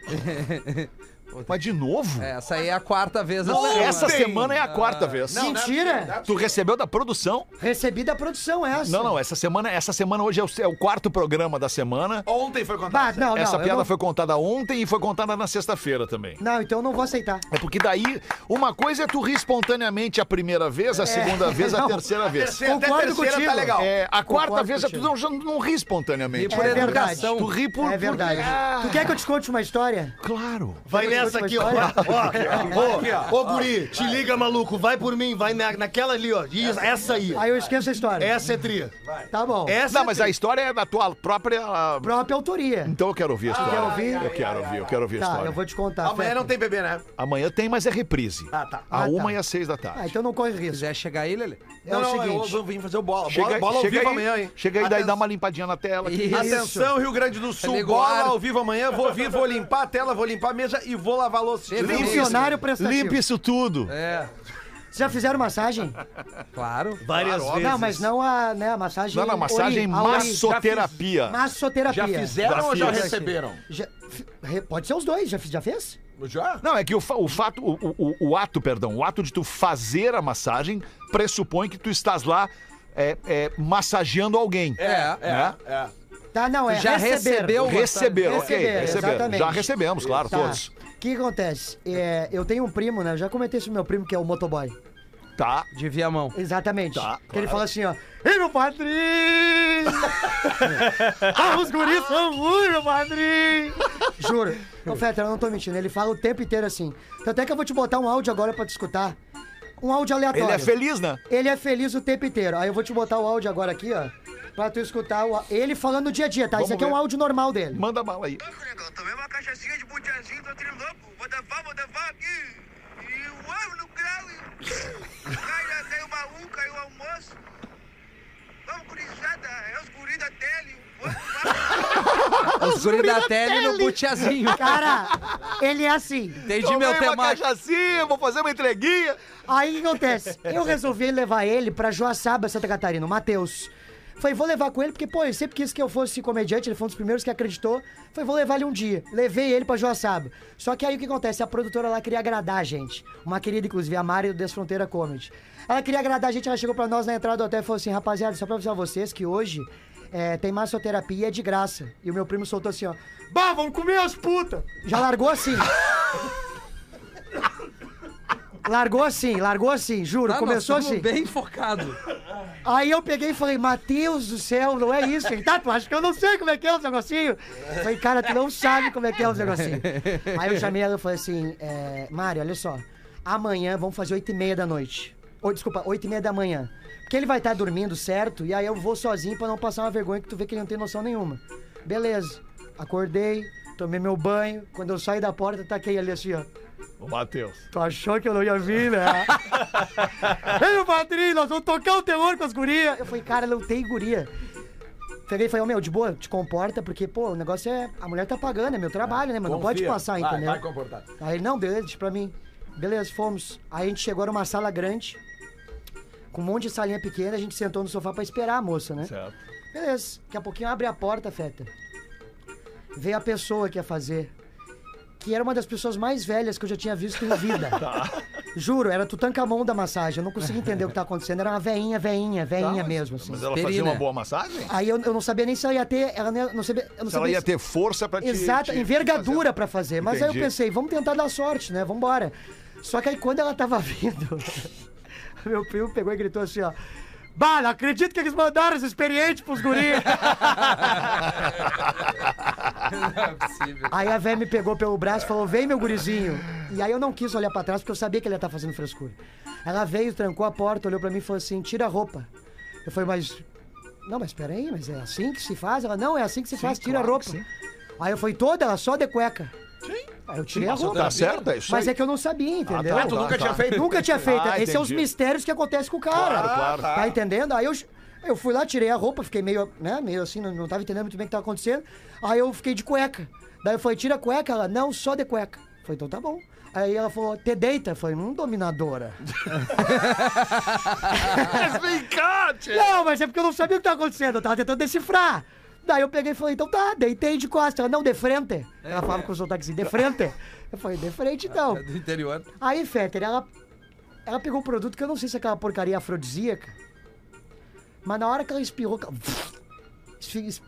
Mas de novo?
É, Essa aí é a quarta vez.
Não,
semana.
essa semana é a quarta vez.
Mentira!
Tu recebeu da produção?
Recebi da produção essa.
Não, não, essa semana, essa semana hoje é o, é o quarto programa da semana.
Ontem foi contado.
Bah, Oh, não, não.
essa
eu
piada
não...
foi contada ontem e foi contada na sexta-feira também.
Não, então eu não vou aceitar.
É porque daí, uma coisa é tu rir espontaneamente a primeira vez, a segunda vez, a
não.
terceira vez.
Você até
Concordo
terceira
contigo.
tá legal.
É, a quarta
Concordo
vez é tu não, já não ri espontaneamente.
Por
É verdade.
educação.
Tu ri por.
é
um por-
verdade.
Ah.
Tu quer que eu te conte uma história?
Claro.
Vai nessa aqui, ó. Ó, ô, ô, guri, te liga, maluco. Vai por mim, vai na, naquela ali, ó. Isso, essa aí.
Aí eu esqueço a história.
Essa é tria.
Tá bom.
Essa
Não, mas a história é da tua própria. ah,
Própria autoria.
Hum,
Então eu quero ouvir a história.
quer ouvir?
Eu quero ouvir, eu quero ouvir a
Tá,
história.
eu vou te contar.
Amanhã
Feta.
não tem bebê, né?
Amanhã tem, mas é reprise.
Ah, tá.
A
Ah,
uma
tá.
e às seis da
Ah,
tarde.
então não corre risco.
Quiser chegar aí, Lele?
É o seguinte.
Então, eu vim fazer o bola.
Chega,
bola bola ao
chega
vivo
aí,
amanhã, hein?
Chega aí, daí
Atenção.
dá uma limpadinha na tela.
Isso.
Atenção, Rio Grande do Sul,
Liga o
bola
ar.
ao vivo amanhã. Vou vir, vou limpar a tela, vou limpar a mesa e vou lavar a louça.
Beleza.
Limpe
Funcionário
isso-
prestativo.
Limpe isso tudo.
É,
Vocês já fizeram massagem?
claro.
Várias vezes.
Não, mas não a, né, a massagem.
Não, não, massagem
ori- a ori-
massoterapia.
Massoterapia.
Fizeram ou já
Desafio.
receberam?
Já- fi- re- Pode ser os dois, já, fi- já fez?
Já?
Não, é que o, fa- o fato, o, o- o ato, perdão, o ato de tu fazer a massagem pressupõe que tu estás lá é, é, massageando alguém.
É,
né?
É.
Tá, não, é.
Já
receber.
recebeu
Receber, ok.
Receber,
receber.
exatamente.
Já recebemos, claro,
Tá.
todos.
O que acontece? É, eu tenho um primo, né? Eu já comentei isso com meu primo, que é o motoboy.
Tá.
De via mão.
Exatamente.
Tá,
que ele fala assim, ó. Ei, meu padrinho! ah, os guris são ruins, meu padrinho! Juro. Ô, Fetter, eu não tô mentindo. Ele fala o tempo inteiro assim. Então até que eu vou te botar um áudio agora pra te escutar. Um áudio aleatório.
Ele é feliz, né?
Ele é feliz o tempo inteiro. Aí eu vou te botar o áudio agora aqui, ó. Pra tu escutar o á- ele falando no dia a dia, tá?
Vamos
Isso aqui
ver.
é um áudio normal dele.
Manda bala aí.
louco, negão. Tomei uma cachaçinha de budiazinho, tô triloco. Vou levar, vou levar aqui. E o ovo no grau. E... Cai, já caiu o baú, caiu o almoço. Vamos, gurizada. É os guris da tele. Vamos, vamos.
Os guri da tele no butiazinho.
Cara, ele é assim.
Entendi meu temático.
cachaçinha, vou fazer uma entreguinha.
Aí o que acontece? Eu resolvi levar ele pra Joaçaba, Santa Catarina, o Matheus. Falei, vou levar com ele, porque, pô, ele sempre quis que eu fosse comediante, ele foi um dos primeiros que acreditou. Falei, vou levar ele um dia. Levei ele pra Joaçaba. Só que aí o que acontece? A produtora lá queria agradar a gente. Uma querida, inclusive, a Mari do Desfronteira Comedy. Ela queria agradar a gente, ela chegou pra nós na entrada do hotel e falou assim: rapaziada, só pra avisar vocês que hoje é, tem massoterapia e é de graça. E o meu primo soltou assim, ó. Bah, vamos comer as putas! Já largou assim. Largou assim, largou assim, juro.
Ah, nós
começou
estamos
assim.
bem focado.
Aí eu peguei e falei, Matheus do céu, não é isso? Ele, tá, tu acha que eu não sei como é que é os negocinhos? Eu Falei, cara, tu não sabe como é que é os negocinhos. Aí eu chamei ela e falei assim, é, Mário, olha só, amanhã vamos fazer oito e meia da noite. Ou, desculpa, oito e meia da manhã. Porque ele vai estar dormindo, certo? E aí eu vou sozinho pra não passar uma vergonha que tu vê que ele não tem noção nenhuma. Beleza. Acordei, tomei meu banho. Quando eu saí da porta, taquei ali assim, ó.
Ô, Matheus.
Tu achou que eu não ia vir, né? Ei, meu padrinho, nós vamos tocar o terror com as gurias. Eu falei, cara, não tem guria. Peguei e falei, ô meu, de boa, te comporta, porque, pô, o negócio é. A mulher tá pagando, é meu trabalho, né, mano? Não pode passar, entendeu?
Vai, vai comportar.
Aí ele, não, beleza, deixa pra mim. Beleza, fomos. Aí a gente chegou numa sala grande, com um monte de salinha pequena, a gente sentou no sofá pra esperar a moça, né?
Certo.
Beleza. Daqui a pouquinho abre a porta, Feta. Veio a pessoa que ia fazer. Que era uma das pessoas mais velhas que eu já tinha visto em vida.
Tá.
Juro, era Tutankamon da massagem. Eu não conseguia entender o que tava acontecendo. Era uma veinha, veinha, veinha mesmo. Assim.
Tá, Mas ela fazia uma boa massagem?
Aí eu, eu não sabia nem se ela ia ter. Ela não, não sabia, eu não
Se ela
sabia
ia
se-
ter força pra te...
Exato,
te-
envergadura pra fazer. Mas aí eu
Entendi.
pensei, vamos tentar dar sorte, né? Vamos embora. Só que aí quando ela tava vindo, meu primo pegou e gritou assim, ó. Bah, não acredito que eles mandaram os experientes pros guris. aí a véia me pegou pelo braço e falou, vem meu gurizinho. E aí eu não quis olhar pra trás porque eu sabia que ele ia estar fazendo frescura. Ela veio, trancou a porta, olhou pra mim e falou assim, tira a roupa. Eu falei, mas... Não, mas peraí, mas é assim que se faz? Ela, não, é assim que se faz, tira a roupa. Aí eu fui toda, ela só de cueca. Sim. Aí eu tirei a
Sim,
roupa.
tá certo, é isso
Mas
aí.
é que eu não sabia, entendeu?
tá, Ah, tu tá, nunca tá. tinha feito?
Nunca tinha feito.
Ah,
Esse é os
entendi.
mistérios que acontecem com o cara.
Claro, claro.
Tá entendendo? Aí eu, eu fui lá, tirei a roupa, fiquei meio, né, meio assim, não, não tava entendendo muito bem o que tava acontecendo. Aí eu fiquei de cueca. Daí eu falei, tira a cueca? Ela, não, só de cueca. Eu falei, então tá bom. Aí ela falou, te deita? Foi hum, dominadora.
Vem cá, tia.
Não, mas é porque eu não sabia o que tava acontecendo, eu tava tentando decifrar. Daí eu peguei e falei, então tá, deitei de costas. Ela, não, de frente.
É.
Ela falava com o sotaquezinho, de frente. Eu falei, de frente não.
Do interior.
Aí, Fetter, ela, ela pegou um produto que eu não sei se é aquela porcaria afrodisíaca, mas na hora que ela espirrou, que ela- esfi- es-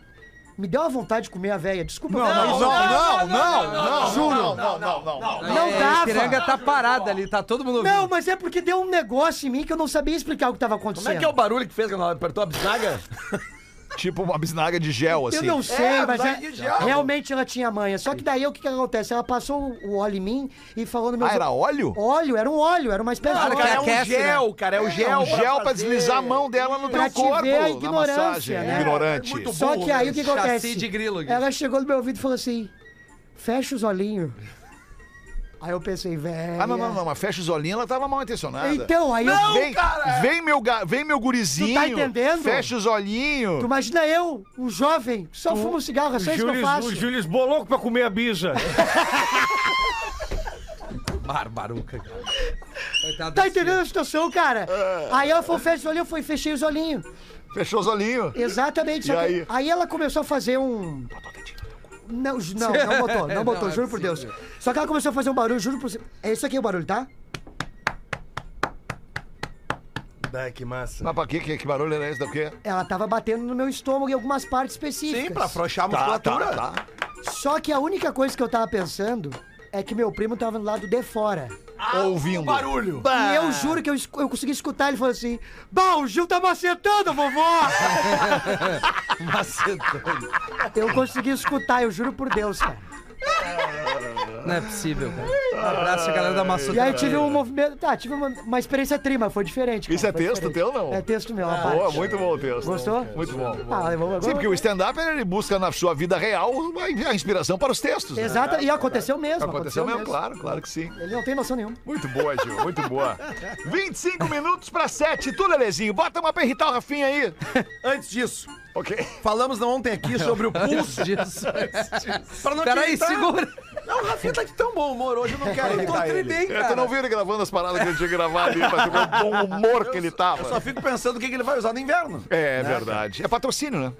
me deu uma vontade de comer a véia. Desculpa, não,
Não, não, não, não, não.
Juro.
Não, não, não, não, não.
Não dava.
A Ipiranga tá parada ali, tá todo mundo ouvindo.
Não, mas é porque deu um negócio em mim que eu não sabia explicar o que tava acontecendo.
Como é que é o barulho que fez quando ela apertou a bisnaga?
Tipo uma bisnaga de gel, assim.
Eu não sei,
É,
mas
vai
é-
de diabo.
realmente ela tinha manha. Só que daí o que, que acontece? Ela passou o- o óleo em mim e falou no meu.
Ah, era óleo?
Óleo, era um óleo, era uma espécie
Cara,
de
cara, é
óleo.
um
aquece, né?
gel, cara. É o gel.
É um gel pra
fazer.
deslizar a mão dela no
Pra
teu
te
corpo.
ver a
na
ignorância,
massagem.
né?
Ignorante.
muito bom.
Só que aí o que
Chassi
acontece?
de grilo, Gui.
ela chegou no meu ouvido e falou assim: fecha os olhinhos. Aí eu pensei, velho.
Ah, não, não, não. Mas fecha os olhinhos, ela tava mal intencionada.
É. Então, aí eu.
vem, vem meu, ga- vem meu gurizinho.
Tu tá entendendo?
Fecha os olhinhos.
Tu imagina eu, um jovem, só fumo cigarro, é só isso que eu faço.
louco pra comer a bija.
Barbaruca, cara. Coitado
Tá
desse
entendendo a situação, cara? Aí ela falou, fecha os olhinhos, eu fui, fechei os olhinhos.
Fechou os olhinhos.
Exatamente.
E
só que-
aí?
ela começou a fazer um. Não, ju- não, não botou, não botou,
Não, é
juro por Deus.
possível.
Só que ela começou a fazer um barulho, juro por. É isso aqui o barulho, tá?
Dai, que massa.
Mas pra quê? Que, que barulho era esse? Da quê?
Ela tava batendo no meu estômago em algumas partes específicas.
Sim, pra afrouxar a
Tá,
musculatura.
tá, tá.
Só que a única coisa que eu tava pensando é que meu primo tava do lado de fora.
Ouvindo.
Barulho.
E eu juro que eu, esc- eu consegui escutar ele falando assim: Bah, o Gil tá macetando, vovó!
macetando.
eu consegui escutar, eu juro por Deus, cara.
Não é possível, cara. Um abraço a galera da maçã.
E aí tive um movimento. Tá, tive uma, uma experiência trima, foi diferente.
Isso
cara,
é
foi
texto
diferente.
teu, não?
É texto meu, ah,
Boa, muito bom o texto.
Gostou?
Muito bom.
Ah, eu vou agora.
Sim, porque o stand-up ele busca na sua vida real a inspiração para os textos. né?
Exato, e aconteceu mesmo.
Aconteceu mesmo, claro, claro que sim.
Ele não tem noção nenhuma.
Muito boa, Gil, muito boa. 25 minutos para 7. Tu, Lelezinho, bota uma pra irritar o Rafinha aí.
Antes disso,
Ok.
falamos ontem aqui sobre o pulso.
disso.
pra não te
Peraí,
tá?
irritar.
segura. Tá
Não, o Rafinha tá de tão bom humor hoje, eu não quero
Eu
tá
tô
irritar ele.
tremendo,
É, tu não
cara.
viu ele gravando as paradas que ele tinha gravado ali, pra tu ver o bom humor que ele tava.
Eu só fico pensando o que, que ele vai usar no inverno.
É, verdade. É patrocínio, né?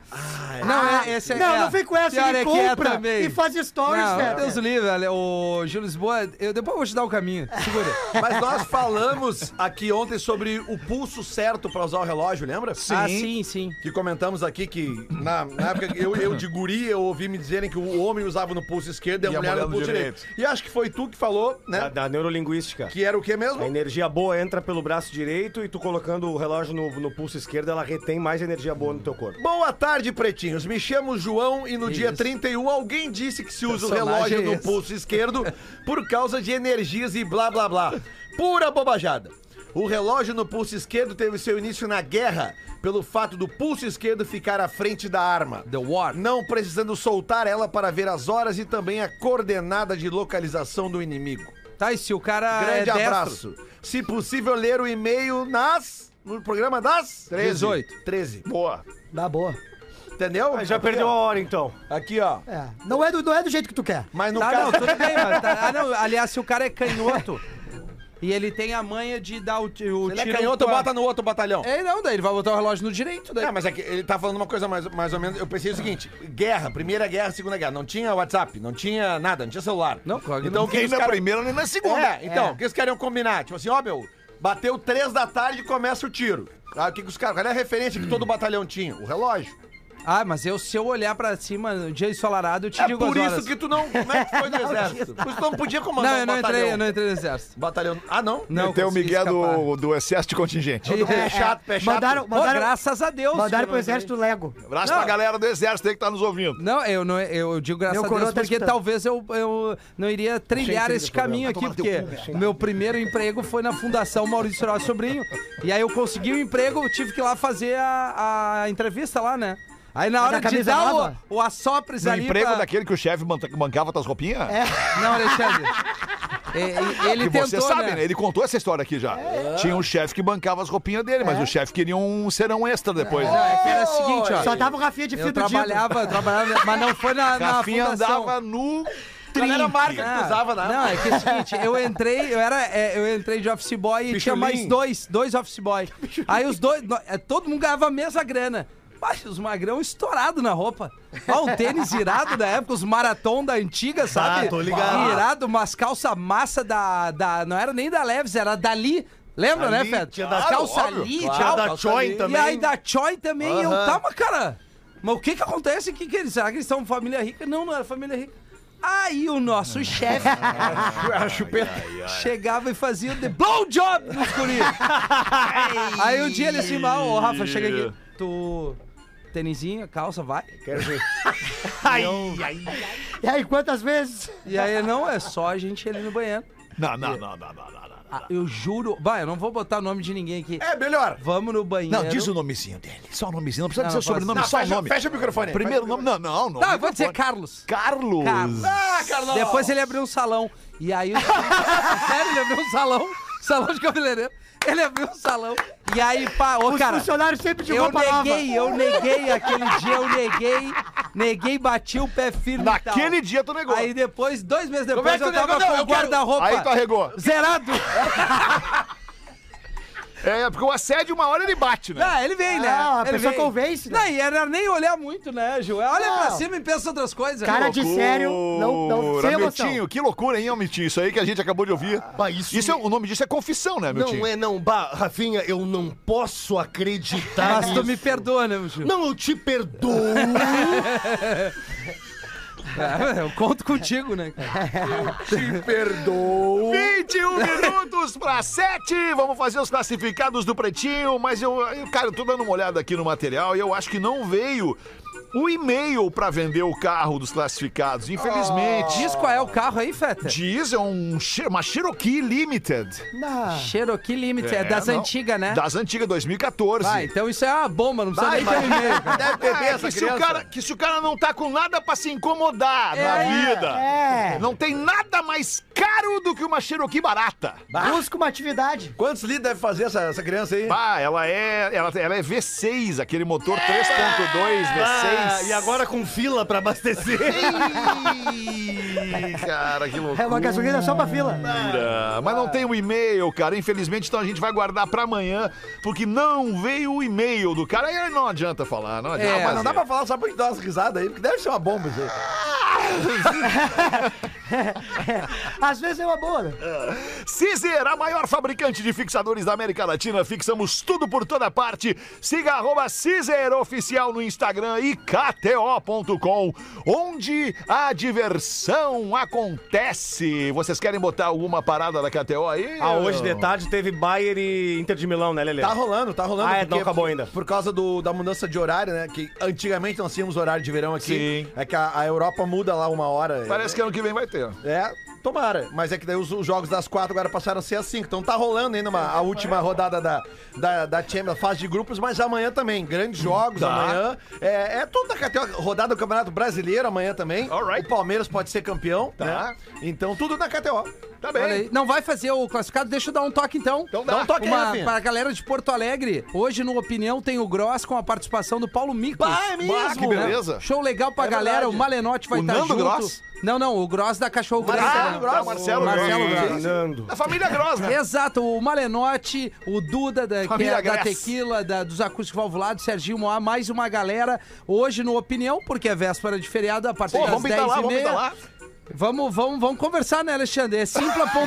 Não, é, esse é,
não,
é.
não vem com essa,
Pior
ele
é que é
compra
também.
e faz stories,
Não,
velho.
Deus o livre, olha, o Gil Lisboa, eu depois eu vou te dar o caminho. Segura.
Mas nós falamos aqui ontem sobre o pulso certo pra usar o relógio, lembra?
Ah, sim, sim.
Que comentamos aqui que na, na época que eu, eu de guri, eu ouvi me dizerem que o homem usava no pulso esquerdo e a, mulher, no pulso, pulso direito. E acho que foi tu que falou, né?
Ah, Da, da neurolinguística.
Que era o que mesmo?
A energia boa entra pelo braço direito e tu colocando o relógio no, no pulso esquerdo, ela retém mais energia boa no teu corpo.
Boa tarde, pretinhos. Me chamo João e no dia 31 alguém disse que se usa o
Personagem
relógio
é
no
esse.
pulso esquerdo por causa de energias e blá blá blá. Pura bobajada. O relógio no pulso esquerdo teve seu início na guerra pelo fato do pulso esquerdo ficar à frente da arma.
The War.
Não precisando soltar ela para ver as horas e também a coordenada de localização do inimigo.
Tá, e se o cara
Grande
é destro?
abraço. Se possível, ler o e-mail nas. No programa das 13.
18.
13.
Boa.
Dá boa.
Entendeu?
Ah, Já perdeu a hora, então.
Aqui, ó.
É. Não é do, não é do jeito que tu quer.
Mas no
Tá, não,
caso.
tudo bem, mas tá- ah, não, aliás, se o cara é canhoto e ele tem a manha de dar o, ti- o
Ele é
tiro
canhoto,
com a-
bota no outro batalhão.
É, não, daí ele vai botar o relógio no direito, daí.
É, mas é que ele tá falando uma coisa mais, mais ou menos. Eu pensei o seguinte: guerra, primeira guerra, segunda guerra. Não tinha WhatsApp, não tinha nada, não tinha celular.
Não, claro que
Então,
não.
o que
Nem
os
na
caras-
primeira, é nem na segunda.
É, então, o que eles queriam combinar? Tipo assim, ó, meu, bateu três da tarde e começa o tiro. Ah, o que, que os caras. Qual é a referência que todo batalhão tinha?
é
O relógio.
Ah, mas eu, se eu olhar pra cima no dia ensolarado, eu te
É
digo
por
as
isso
horas.
que tu não. Como é que foi no exército? Por isso tu não podia comandar
Não, eu
um
não
batalhão.
entrei, eu não entrei no exército.
Batalhão. Ah, não?
Não,
Tem o
consegui
Miguel
escapar.
do, do excesso de contingente.
É,
Pé chato, pé chato.
Mandaram,
Pô,
mandaram,
graças a Deus.
mandaram
que eu
pro
não entrei.
exército Lego.
Abraço
Não.
pra galera do exército aí que tá nos ouvindo.
Não, eu não eu, eu digo graças
Meu
a
coroa
Deus,
tá
porque
escutando.
talvez eu, eu não iria trilhar esse caminho aqui,
tá
porque meu
né?
primeiro emprego foi na Fundação Maurício Soró Sobrinho, e aí eu consegui o emprego, eu tive que ir lá fazer a, a entrevista lá, né? Aí na
Mas
hora
a
de
camisa
dar
nova?
o, o assopres
No
Tá ali
emprego
pra-
daquele que o chefe man- mancava tuas roupinhas?
Não, Alexandre. E- e- ele
Que
tentou,
você sabe, né?
né?
Ele contou essa história aqui já. Tinha um chefe que bancava as roupinhas dele, mas o chefe queria um serão extra depois.
Não,
né?
é que era o seguinte, ó.
Só tava o Rafinha de
eu
fio do Dido.
trabalhava, trabalhava, mas não foi na, na
Rafinha
fundação.
andava nu.
Não era a marca que tu
Ah,
usava né? na
Não, é que é o seguinte, eu entrei, eu era, é, eu entrei de office boy e tinha mais dois, dois office boy. Aí os dois, no- é, todo mundo ganhava a mesma grana. Mas os magrão estourado na roupa. Ó, o tênis irado da época, os maratom da antiga, sabe?
Ah, tô ligado.
Irado, umas calça massa da, da. Não era nem da Leves, era dali. Lembra,
Dali,
né, Fed?
tinha
da
da-
calça
óbvio,
ali,
claro.
tchau.
Tinha da
calça
Choi
ali.
também.
E aí da Choi também. E eu,
Aham.
tá, mas cara, mas o que que acontece? Que, que eles, será que eles são família rica? Não, não era família rica. Aí o nosso chefe chegava e fazia o The Blow Job nos guri. Aí um dia ele assim, "Ah, ô Rafa, chega aqui. Tu. Tênisinho, calça, vai.
Quero ver.
E aí, quantas vezes?
E aí, não, é só a gente ir ali no banheiro.
Não, não, não, não, não, não, não.
Ah, eu juro. Vai, eu não vou botar o nome de ninguém aqui.
É, melhor.
Vamos no banheiro.
Não, diz o nomezinho dele. Só o nomezinho. Não precisa
Não,
dizer o
não
sobrenome,
Não,
só o
fecha-
nome.
fecha o microfone.
Primeiro nome. Não, não, não. é
Tá, eu vou dizer Carlos.
Carlos.
Carlos.
Ah, Carlão!
Depois ele abriu um salão. E aí. o- Sério, ele abriu um salão. Salão de cabeleireiro. Ele abriu um salão. E aí, pá, ô,
Os
cara.
funcionários sempre de
Eu
roupa nova.
neguei, eu neguei aquele dia, eu neguei. Neguei, bati o pé firme. e tal.
Naquele dia tu negou.
Aí depois, dois meses
Como é
depois,
que
eu
tu negou?
tava
Não,
com o
eu quero-
guarda-roupa
Aí tu arregou.
zerado.
É, porque o assédio, uma hora ele bate, né?
Ah, ele vem, né?
Ah, a
ele
pessoa
vem.
convence, né?
Não, e era nem olhar muito, né, Ju? Olha
Não.
pra cima e pensa outras coisas.
Cara de sério, não, não, sem
Loucura,
emoção.
Miltinho, que loucura, hein, ô Miltinho? Isso aí que a gente acabou de ouvir.
Bah, isso-
é, o nome disso é confissão, né, Miltinho?
Não é, não. Bah, Rafinha, eu não posso acreditar
Mas tu me perdoa, né, Ju?
Não, eu te perdoo.
Ah, Eu conto contigo, né, cara?
Te perdoou.
21 minutos para 7. Vamos fazer os classificados do Pretinho, mas eu, eu, cara, eu tô dando uma olhada aqui no material e eu acho que não veio o e-mail para vender o carro dos classificados, infelizmente.
Diz qual é o carro aí, Feta?
Diz é um, Che- uma Cherokee Limited.
Não.
Cherokee Limit, é,
É,
das
não.
antigas, né?
Das antigas 2014.
Ah, então isso é uma bomba, não precisa nem ter um e-mail. cara.
Deve ter
Ah,
É, que, se o cara, que se o cara não tá com nada pra se incomodar na vida,
é.
não tem nada mais caro do que uma Cherokee barata.
Busca uma atividade.
Quantos litros deve fazer essa, essa criança aí?
Bah, ela é, ela, ela é V6, aquele motor 3.2
Ah,
V6.
e agora com fila pra abastecer.
Ih, cara, que loucura.
É uma gasolina só pra fila.
Mas não tem o e-mail, cara. Infelizmente, então a gente vai guardar pra amanhã, porque não veio o e-mail do cara. E aí não adianta falar, não adianta.
É,
fazer.
Mas não dá pra falar só pra gente dar umas risadas aí, porque deve ser uma bomba isso aí.
Às vezes é uma boa. né?
Cizer, a maior fabricante de fixadores da América Latina, fixamos tudo por toda parte. Siga arroba Cizer Oficial no Instagram e KTO.com, onde a diversão acontece. Vocês querem botar alguma parada da KTO aí?
Ah, hoje de tarde teve Bayern e Inter de Milão, né, Lelê?
Tá rolando, tá rolando.
Ah, é,
porque-
não acabou ainda.
Por causa do, da mudança de horário, né? Que antigamente nós tínhamos horário de verão aqui.
Sim.
É que a, a Europa muda lá uma hora.
Parece que ano que vem vai ter.
É, tomara. Mas é que daí os, os jogos das quatro agora passaram a ser às cinco. Então tá rolando ainda uma- a última rodada da, da, da Champions, fase de grupos, mas amanhã também. Grandes jogos
Tá.
amanhã. É, é tudo da KTO. Rodada do Campeonato Brasileiro amanhã também.
Alright.
O Palmeiras pode ser campeão.
Tá.
né? Então tudo na KTO.
Tá
Olha aí.
bem.
Não vai fazer o classificado? Deixa eu dar um toque então. Então
dá. Dá um toque aí,
Uma,
Rafinha.
Para a galera de Porto Alegre, hoje no Opinião tem o Gross com a participação do Paulo Micos.
Bah, é mesmo?
Bah, que beleza.
Show legal pra
É
galera,
verdade.
o Malenotti vai
O
estar
Nando
junto.
Gross?
Não, não, o Gross da Cachorro Grosso.
Marcelo
né?
um
Gross. Ah, Marcelo
Marcelo
Gross.
Gross.
Fernando.
Da família Gross, né?
Exato, o Malenotti, o Duda, da, que
Família
é da
Gress.
Tequila, da- dos Acústicos Valvulados, Serginho Moá, mais uma galera hoje no Opinião, porque é véspera de feriado, a partir
Pô,
das
vamos pintar lá,
10h30.
vamos pintar lá.
Vamos, vamos, vamos conversar, né, Alexandre? É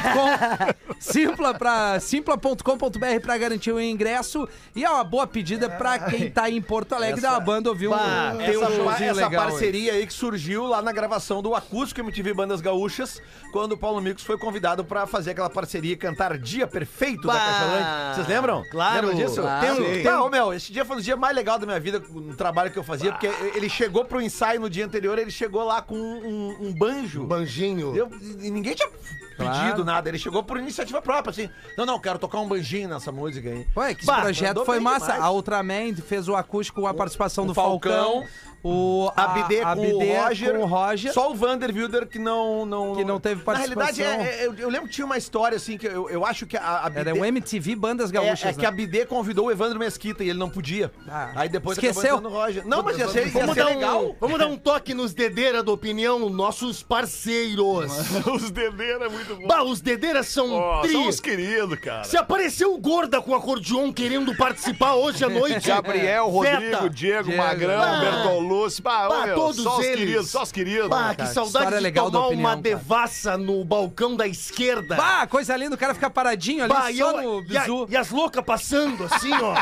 simpla.com. simpla pra simpla.com.br pra garantir o ingresso. E é uma boa pedida pra quem tá em Porto Alegre da banda ouvir um,
Bah,
tem um
essa, pa-
showzinho
essa
legal. hoje.
parceria aí que surgiu lá na gravação do Acústico MTV Bandas Gaúchas, quando o Paulo Micos foi convidado pra fazer aquela parceria e cantar Dia Perfeito da Cachalante. Vocês lembram?
Claro,
Lembram disso?
claro.
Tem um-
Sim.
Tá, ô, meu, esse dia foi o dia mais legal da minha vida, no trabalho que eu fazia, porque ele chegou pro ensaio no dia anterior, ele chegou lá com um, um banjo.
Banjinho.
Eu- e ninguém tinha pedido nada, ele chegou por iniciativa própria, assim, não, não, quero tocar um banjinho nessa música aí.
Ué, que esse
Bah,
projeto
mandou
foi
bem
massa.
demais.
A Ultraman fez o acústico com a participação
o
do Falcão.
Falcão,
O
A BD com,
BD
o Roger,
com o Roger.
Só o Vander Wilder que não. não
Que não teve
Na realidade,
participação.
é- é- eu, eu lembro que tinha uma história assim que eu, eu acho que a, a
Era um
BD
o MTV Bandas
é,
Gaúchas.
é que
né?
a BD convidou o Evandro Mesquita e ele não podia.
Ah,
Aí depois
esqueceu?
entrando o Roger. Não, mas ia ser, ia
Vamos
ser
dar,
legal.
um, vamos dar um toque nos Dedeira do Opinião, nossos parceiros.
Os dedeiros é muito bom.
Bah, os Dedeiras são
um
Ó,
tri.
são os queridos, cara.
Se apareceu o gorda com acordeon querendo participar hoje à noite.
Gabriel, Rodrigo,
Zeta.
Diego,
Diego.
Magrão,
Bah.
Bertolucci. Bah,
Bah,
meu,
todos
só os
eles.
queridos, só os queridos.
Bah, que
cara, que
saudade
história
de
é legal da
tomar
opinião,
uma
cara.
devassa no balcão da esquerda.
Bah, coisa linda, o cara ficar paradinho ali
Bah, e,
só
eu-
no
e a-
bizu.
e as loucas passando assim, ó.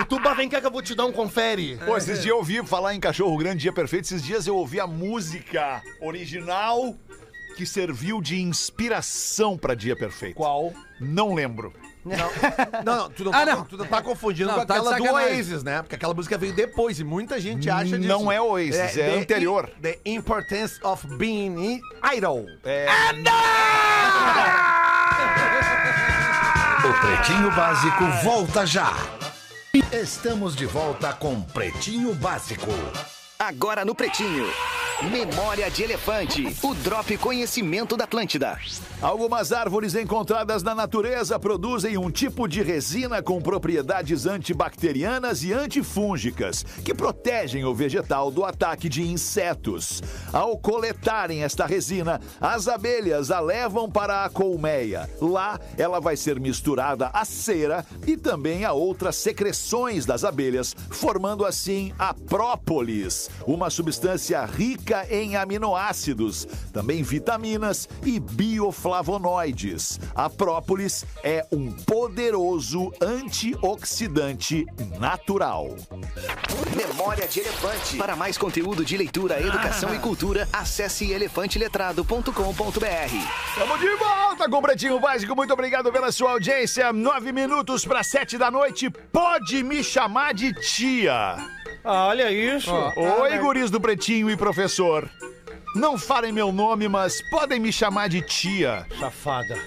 e tu, bah, vem cá que eu vou te dar um confere.
Pô, esses dias eu ouvi falar em Cachorro Grande, Dia Perfeito. Esses dias eu ouvi a música original que serviu de inspiração pra Dia Perfeito.
Qual?
Não lembro.
Não, não, tu não,
Ah,
tá,
não.
tu não tá confundindo
Não,
com
tá de
aquela do
sacanagem.
Oasis, né? Porque aquela música veio depois e muita gente acha disso.
Não é Oasis, é
the-
anterior.
The Importance of Being Idol.
É,
O Pretinho Básico volta já. Estamos de volta com Pretinho Básico.
Agora no Pretinho. Memória de Elefante. O Drop Conhecimento da Atlântida.
Algumas árvores encontradas na natureza produzem um tipo de resina com propriedades antibacterianas e antifúngicas, que protegem o vegetal do ataque de insetos. Ao coletarem esta resina, as abelhas a levam para a colmeia. Lá, ela vai ser misturada à cera e também a outras secreções das abelhas, formando assim a própolis, uma substância rica em aminoácidos, também vitaminas e bioflavonoides. A própolis é um poderoso antioxidante natural.
Memória de Elefante. Para mais conteúdo de leitura, educação e cultura, acesse elefanteletrado.com.br.
Estamos de volta com o Pretinho Básico. Muito obrigado pela sua audiência. Nove minutos para sete da noite. Pode me chamar de tia.
Ah, olha isso. né?
Oi, guris do Pretinho e professor. Não falem meu nome, mas podem me chamar de tia.
Safada.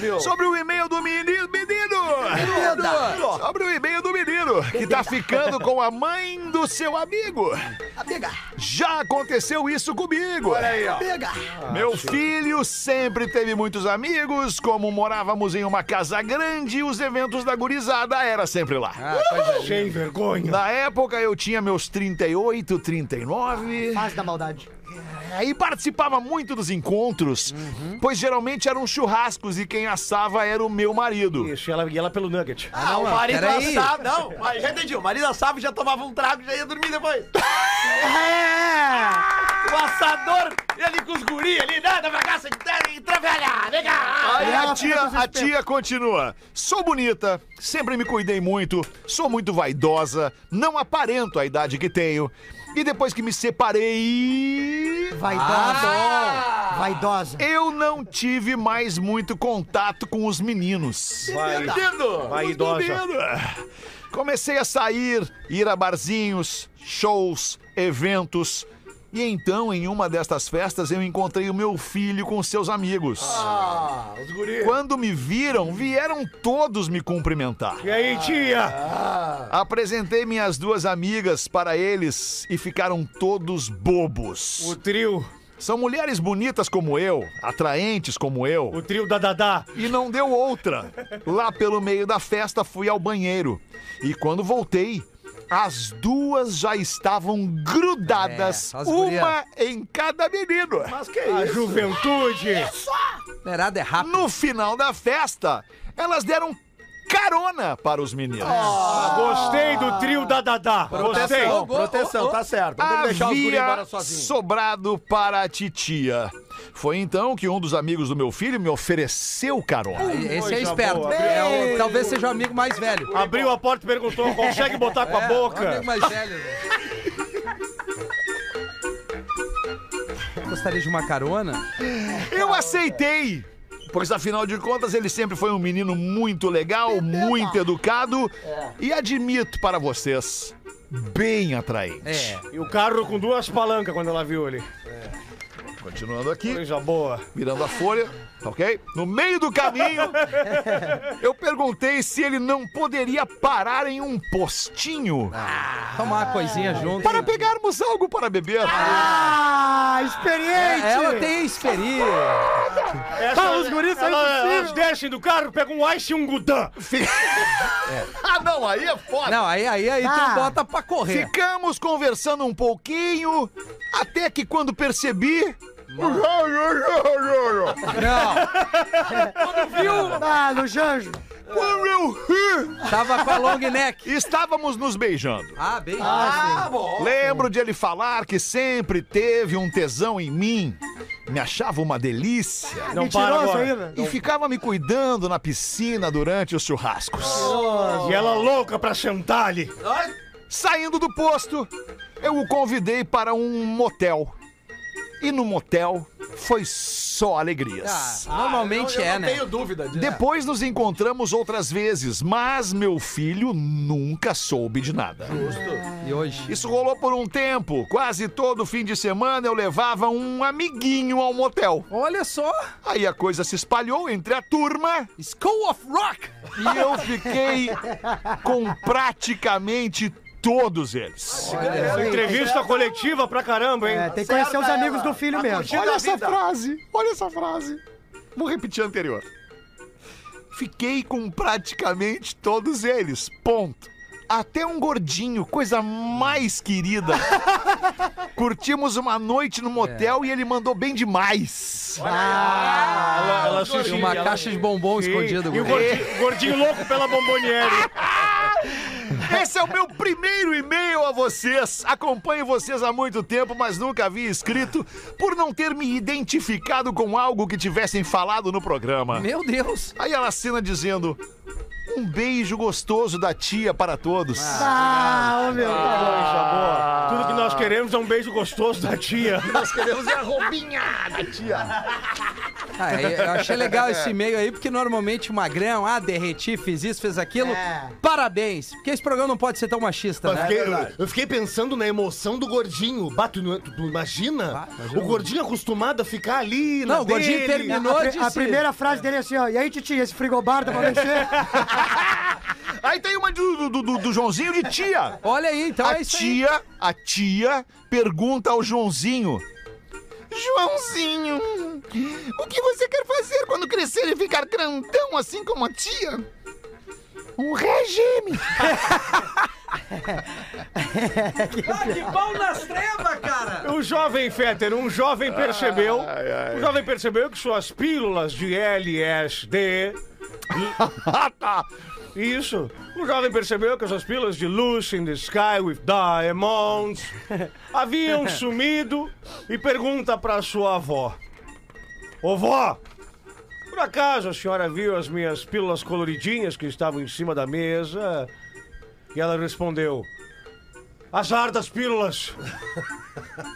Meu, Sobre o e-mail do menino. Menino! Sobre o e-mail do menino, que tá ficando com a mãe do seu amigo. Já aconteceu isso comigo. Olha aí, ó. Pega. Meu filho sempre teve muitos amigos, como morávamos em uma casa grande, os eventos da gurizada era sempre lá.
Sem vergonha.
Na época eu tinha meus 38, 39.
Fase da maldade.
Aí participava muito dos encontros, pois geralmente eram churrascos e quem assava era o meu marido.
Isso, e ela, e ela pelo nugget.
Ah, o marido
peraí.
assava. Não, mas já entendi. O marido assava e já tomava um trago e já ia dormir depois.
É.
O assador, ele com os guri ali, né, nada pra cá, você trabalhar, vem cá.
Aí a
ela
tia,
fica com
a tia continua. Sou bonita, sempre me cuidei muito, sou muito vaidosa, não aparento a idade que tenho. E depois que me separei,
Vaidosa. Vaidosa.
eu não tive mais muito contato com os meninos.
Vai, vai idosa.
Comecei a sair, ir a barzinhos, shows, eventos. E então, em uma destas festas, eu encontrei o meu filho com seus amigos.
Ah,
Quando me viram, vieram todos me cumprimentar.
E aí, tia?
Ah.
Apresentei minhas duas amigas para eles e ficaram todos
O
bobos.
trio,
São mulheres bonitas como eu, atraentes como eu.
o trio da Dadá.
E não deu outra. Lá pelo meio da festa fui ao banheiro. E quando voltei, as duas já estavam grudadas,
É, as gurias.
uma em cada menino.
é
A juventude.
Mulherada é rápida.
No final da festa, elas deram carona para os meninos.
Ah, Gostei do trio da Dadá. Gostei.
Ah. Proteção,
Ô,
Ah.
ô, ô,
proteção,
ô.
tá certo. Não tem que deixar os guri embora
Havia
sozinhos.
sobrado para a titia. Foi então que um dos amigos do meu filho me ofereceu carona.
Esse é esperto. É o- talvez seja o amigo mais velho. É,
Abriu a porta e perguntou: consegue botar
É,
com a
O
boca?
amigo mais velho. né? velho. Gostaria de uma carona?
Eu aceitei! Pois afinal de contas ele sempre foi um menino muito legal, muito educado
É.
e admito para vocês, bem atraente.
É.
E o carro com duas palancas quando ela viu ele.
Continuando aqui,
Coisa boa.
virando a folha, tá ok? No meio do caminho, eu perguntei se ele não poderia parar em um postinho
Ah.
Tomar uma coisinha junto.
para pegarmos algo para beber.
Ah, experiente.
É, Ela tem experiência.
Essa,
Ah,
os guris Eles descem do carro, pegam um ice e um gudan.
Ah, não, aí é foda.
Não, aí, aí, aí
Ah.
tu bota pra correr.
Ficamos conversando um pouquinho, até que quando percebi.
Não,
Ah, no Janjo.
Quando eu ri,
tava com a long neck.
estávamos nos beijando.
Ah, bem.
Ah, bom.
Lembro de ele falar que sempre teve um tesão em mim. Me achava uma delícia.
Não para
Mentiroso
agora.
né?
ainda.
E ficava me cuidando na piscina durante os churrascos.
E ela louca pra sentar ali.
Saindo do posto, eu o convidei para um motel. E no motel foi só alegrias.
Ah, normalmente
eu
é,
não
né?
tenho dúvida disso.
Depois nos encontramos outras vezes, mas meu filho nunca soube de nada.
E hoje?
Isso rolou por um tempo. Quase todo fim de semana eu levava um amiguinho ao motel.
Olha só.
Aí a coisa se espalhou entre a turma
School of Rock.
e eu fiquei com praticamente todos eles.
É.
Entrevista coletiva pra caramba, hein?
tá.
É, tem que conhecer os amigos do filho mesmo.
Olha essa frase, olha essa frase. Vou repetir a anterior. Fiquei com praticamente todos eles. Ponto. Até um gordinho, coisa mais querida. Curtimos uma noite no motel e ele mandou bem demais.
ela, ela
E uma caixa de bombom escondida.
E
guri.
o gordinho, gordinho louco pela bomboniere.
Esse é o meu primeiro e-mail a vocês. Acompanho vocês há muito tempo, mas nunca havia escrito por não ter me identificado com algo que tivessem falado no programa.
Meu Deus.
Aí ela assina dizendo: Um beijo gostoso da tia para todos.
Ah, ô, meu.
Coisa boa. Tudo que nós queremos é um beijo gostoso da tia.
Ah, eu eu achei legal esse e-mail aí, porque normalmente o magrão, ah, derreti, fiz isso, fez aquilo.
É.
Parabéns. Porque esse programa não pode ser tão machista,
Eu
né?
fiquei, eu- eu fiquei pensando na emoção do gordinho. Bato, tu, tu imagina?
Ah, imagina.
O gordinho acostumado a ficar ali.
Não,
na
o gordinho
dele.
terminou.
A,
de
pri- a
se-
primeira frase dele é assim, ó. E aí, Titi, esse frigobar dá pra mexer?
Aí tem uma do, do- do- do Joãozinho de tia.
Olha aí, então
a
é isso aí.
tia, a tia pergunta ao Joãozinho. Joãozinho, o que você quer fazer quando crescer e ficar grandão assim como a tia? Um regime.
que pau nas trevas, cara!
O jovem Fetter, um jovem percebeu. Um jovem percebeu que suas pílulas de LSD. Ah, tá. Isso. O jovem percebeu que suas pílulas de Lucy in the Sky with Diamonds haviam sumido e pergunta pra sua avó: Ô vó, por acaso a senhora viu as minhas pílulas coloridinhas que estavam em cima da mesa? E ela respondeu: Azar das pílulas.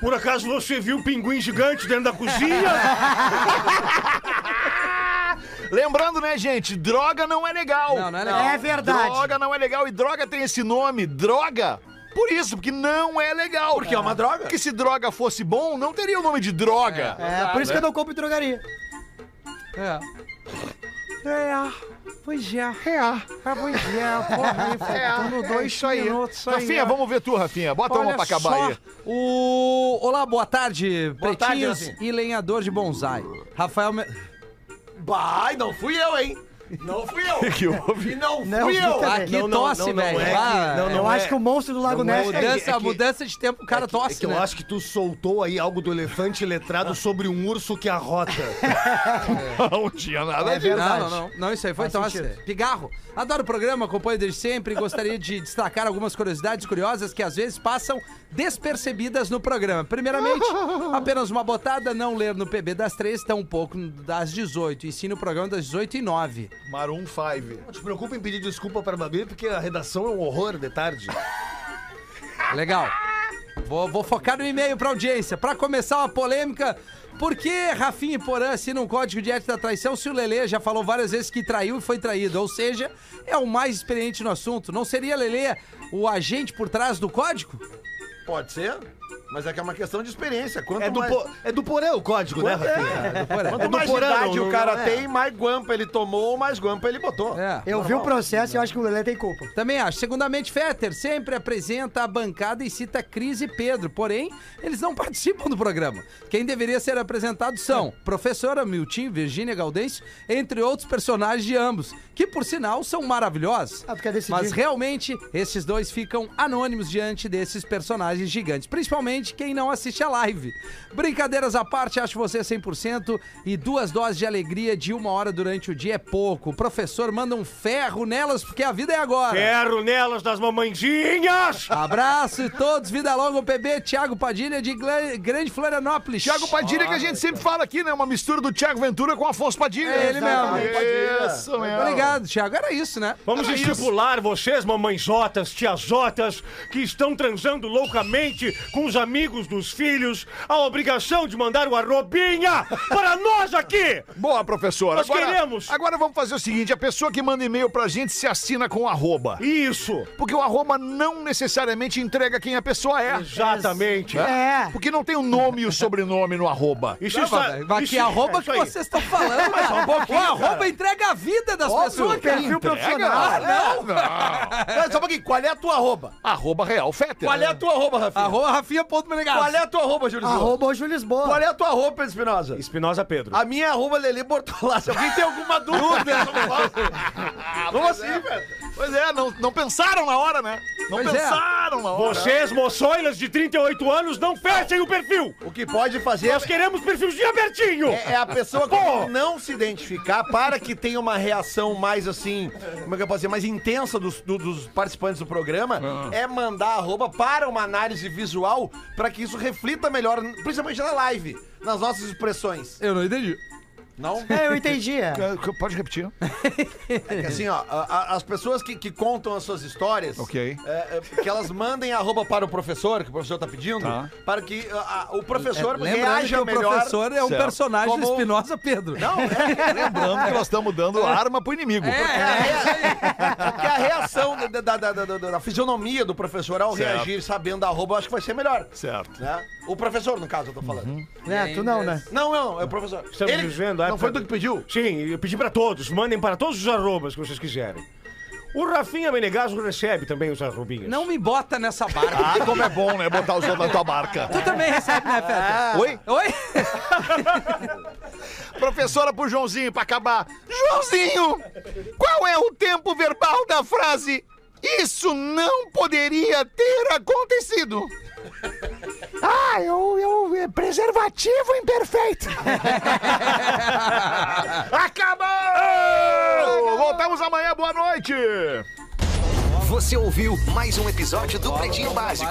Por acaso você viu o pinguim gigante dentro da cozinha?
Lembrando, né, gente? Droga não é legal.
Não, não é legal.
É verdade.
Droga não é legal. E droga tem esse nome, droga. Por isso, porque não é legal. Porque é uma droga. Porque se droga fosse bom, não teria o nome de droga.
É, por isso que eu não compro em drogaria.
É. É, pois é. É, pois é. Porra, é, faltando dois minutos aí.
Rafinha,
ó.
vamos ver tu, Rafinha. Bota uma
Olha
pra acabar
só
aí.
O... Olá, boa tarde,
Boa tarde,
pretinhos
Rafinha.
e lenhador de bonsai. Rafael... Me-
Bah, não fui eu, hein? Não fui eu.
que houve?
E não fui
Não,
eu.
fica-
Aqui
não, não,
tosse,
não, não
velho.
é que-
Ah,
não,
eu
não
acho
é-
que o monstro do Lago
não é
Neste.
Mudança,
é que-
mudança de tempo, o cara tosse,
É que eu
né?
acho que tu soltou aí algo do elefante letrado sobre um urso que arrota.
Não tinha nada disso.
Não, não, não. Não, isso aí foi tosse. Pigarro. Adoro o programa, acompanho desde sempre e gostaria de destacar algumas curiosidades curiosas que às vezes passam despercebidas no programa. Primeiramente, apenas uma botada, não ler no PB das três, tampouco das 18, e sim no programa das 18 e 9.
Maroon 5.
Não te preocupa em pedir desculpa pra Babi, porque a redação é um horror de tarde.
Legal. Vou, vou focar no e-mail pra audiência. Pra começar uma polêmica, por que Rafinha e Porã assinam um código de ética da traição se o Lelê já falou várias vezes que traiu e foi traído? Ou seja, é o mais experiente no assunto. Não seria Lelê o agente por trás do código?
Pode ser, mas é que é uma questão de experiência. Quanto
É do,
mais...
po- é do porão o código, né,
Quanto é?
Rafinha?
É do Porã.
Quanto
do
mais
porão,
idade
não-
o cara
não é.
tem, mais guampa ele tomou, mais guampa ele botou.
É.
Eu vi o processo e eu acho que o Lelê tem culpa.
Também acho. Segundamente, Fetter sempre apresenta a bancada e cita Cris e Pedro. Porém, eles não participam do programa. Quem deveria ser apresentado são professora Miltim, Virgínia Gaudêncio, entre outros personagens de ambos, que, por sinal, são maravilhosos.
Ah, tu quer decidir.
Mas realmente, esses dois ficam anônimos diante desses personagens gigantes, principalmente quem não assiste a live. Brincadeiras à parte, acho você 100% e duas doses de alegria de uma hora durante o dia é pouco. O professor manda um ferro nelas porque a vida é agora.
Quero nelas das mamãezinhas!
Abraço e todos, vida longa, o PB, Thiago Padilha de Gla- Grande Florianópolis.
Tiago Padilha, que a gente sempre fala aqui, né? Uma mistura do Tiago Ventura com Afonso Padilha.
É ele mesmo.
Isso mesmo.
Obrigado, Thiago. Era isso, né?
Vamos estipular vocês, mamãezotas, tiazotas, que estão transando loucamente com os amigos dos filhos, a obrigação de mandar uma robinha para nós aqui!
Boa, professora.
Nós queremos.
Agora vamos fazer o seguinte: a pessoa que manda e-mail pra gente se assina com arroba.
Isso!
Porque o arroba não necessariamente entrega quem a pessoa é.
Exatamente!
É.
Porque não tem o nome e o sobrenome no arroba.
Isso
Não,
está.
vai- vai
isso-
que
é
arroba que
isso aí.
vocês estão falando, cara. o arroba entrega a vida das pessoas, cara.
perfil
Ah, não!
Mas só um pouquinho, qual é a tua arroba?
Arroba Real né? Fetter.
Qual é a tua arroba, Rafinha?
Arroba Rafinha ponto Menegasso.
Qual é a tua arroba, Júlio Lisboa?
Arroba o Júlio Lisboa.
Qual é a tua arroba, Pedro Espinosa?
Espinosa Pedro.
A minha é arroba Lelê Bortolá. Se alguém tem alguma dúvida sobre nós... Como assim, velho?
Pois é, não, não pensaram na hora, né? Não
Pois é.
pensaram na hora.
Vocês, moçoilas de 38 anos, não fechem o perfil!
O que pode fazer
Nós queremos perfilzinho abertinho!
é, é a pessoa que
Pô!
não se identificar para que tenha uma reação mais assim, como é que eu posso dizer, mais intensa dos, do- dos participantes do programa,
Ah.
é mandar a arroba para uma análise visual para que isso reflita melhor, principalmente na live, nas nossas expressões.
Eu não entendi.
Não?
É, eu entendi. é.
É, Pode repetir?
É que assim, ó, a- a- as pessoas que, que contam as suas histórias,
Ok.
é, é, que elas mandem arroba para o professor, que o professor tá pedindo,
Tá. É, né,
para que a- a- o professor
Lembrando que
reaja
o
melhor.
professor é um
Certo.
personagem do
Como-
Espinosa Pedro.
Não, é,
Lembrando que nós estamos dando arma pro inimigo.
é, é, porque a reação da, da- da- da- da- da fisionomia do professor ao
Certo.
reagir sabendo a arroba, eu acho que vai ser melhor.
Certo. Uhum.
Né? O professor, no caso, eu tô falando.
Né, tu não, né?
Não, eu não, é o professor.
Estamos dizendo, é
não foi
pra-
tu que pediu?
Sim, eu pedi pra todos, mandem para todos os arrobas que vocês quiserem. O Rafinha Menegaso recebe também os arrubinhos.
Não me bota nessa barca.
Ah, como é bom, né? Botar os outros na tua barca.
Tu também recebe, né,
Ah. É.
Feta?
Oi?
Oi?
Professora pro Joãozinho pra acabar. Joãozinho, qual é o tempo verbal da frase? Isso não poderia ter acontecido.
Ah, eu, eu. é Preservativo imperfeito.
Acabou! Voltamos amanhã, boa noite!
Você ouviu mais um episódio do Pretinho Básico.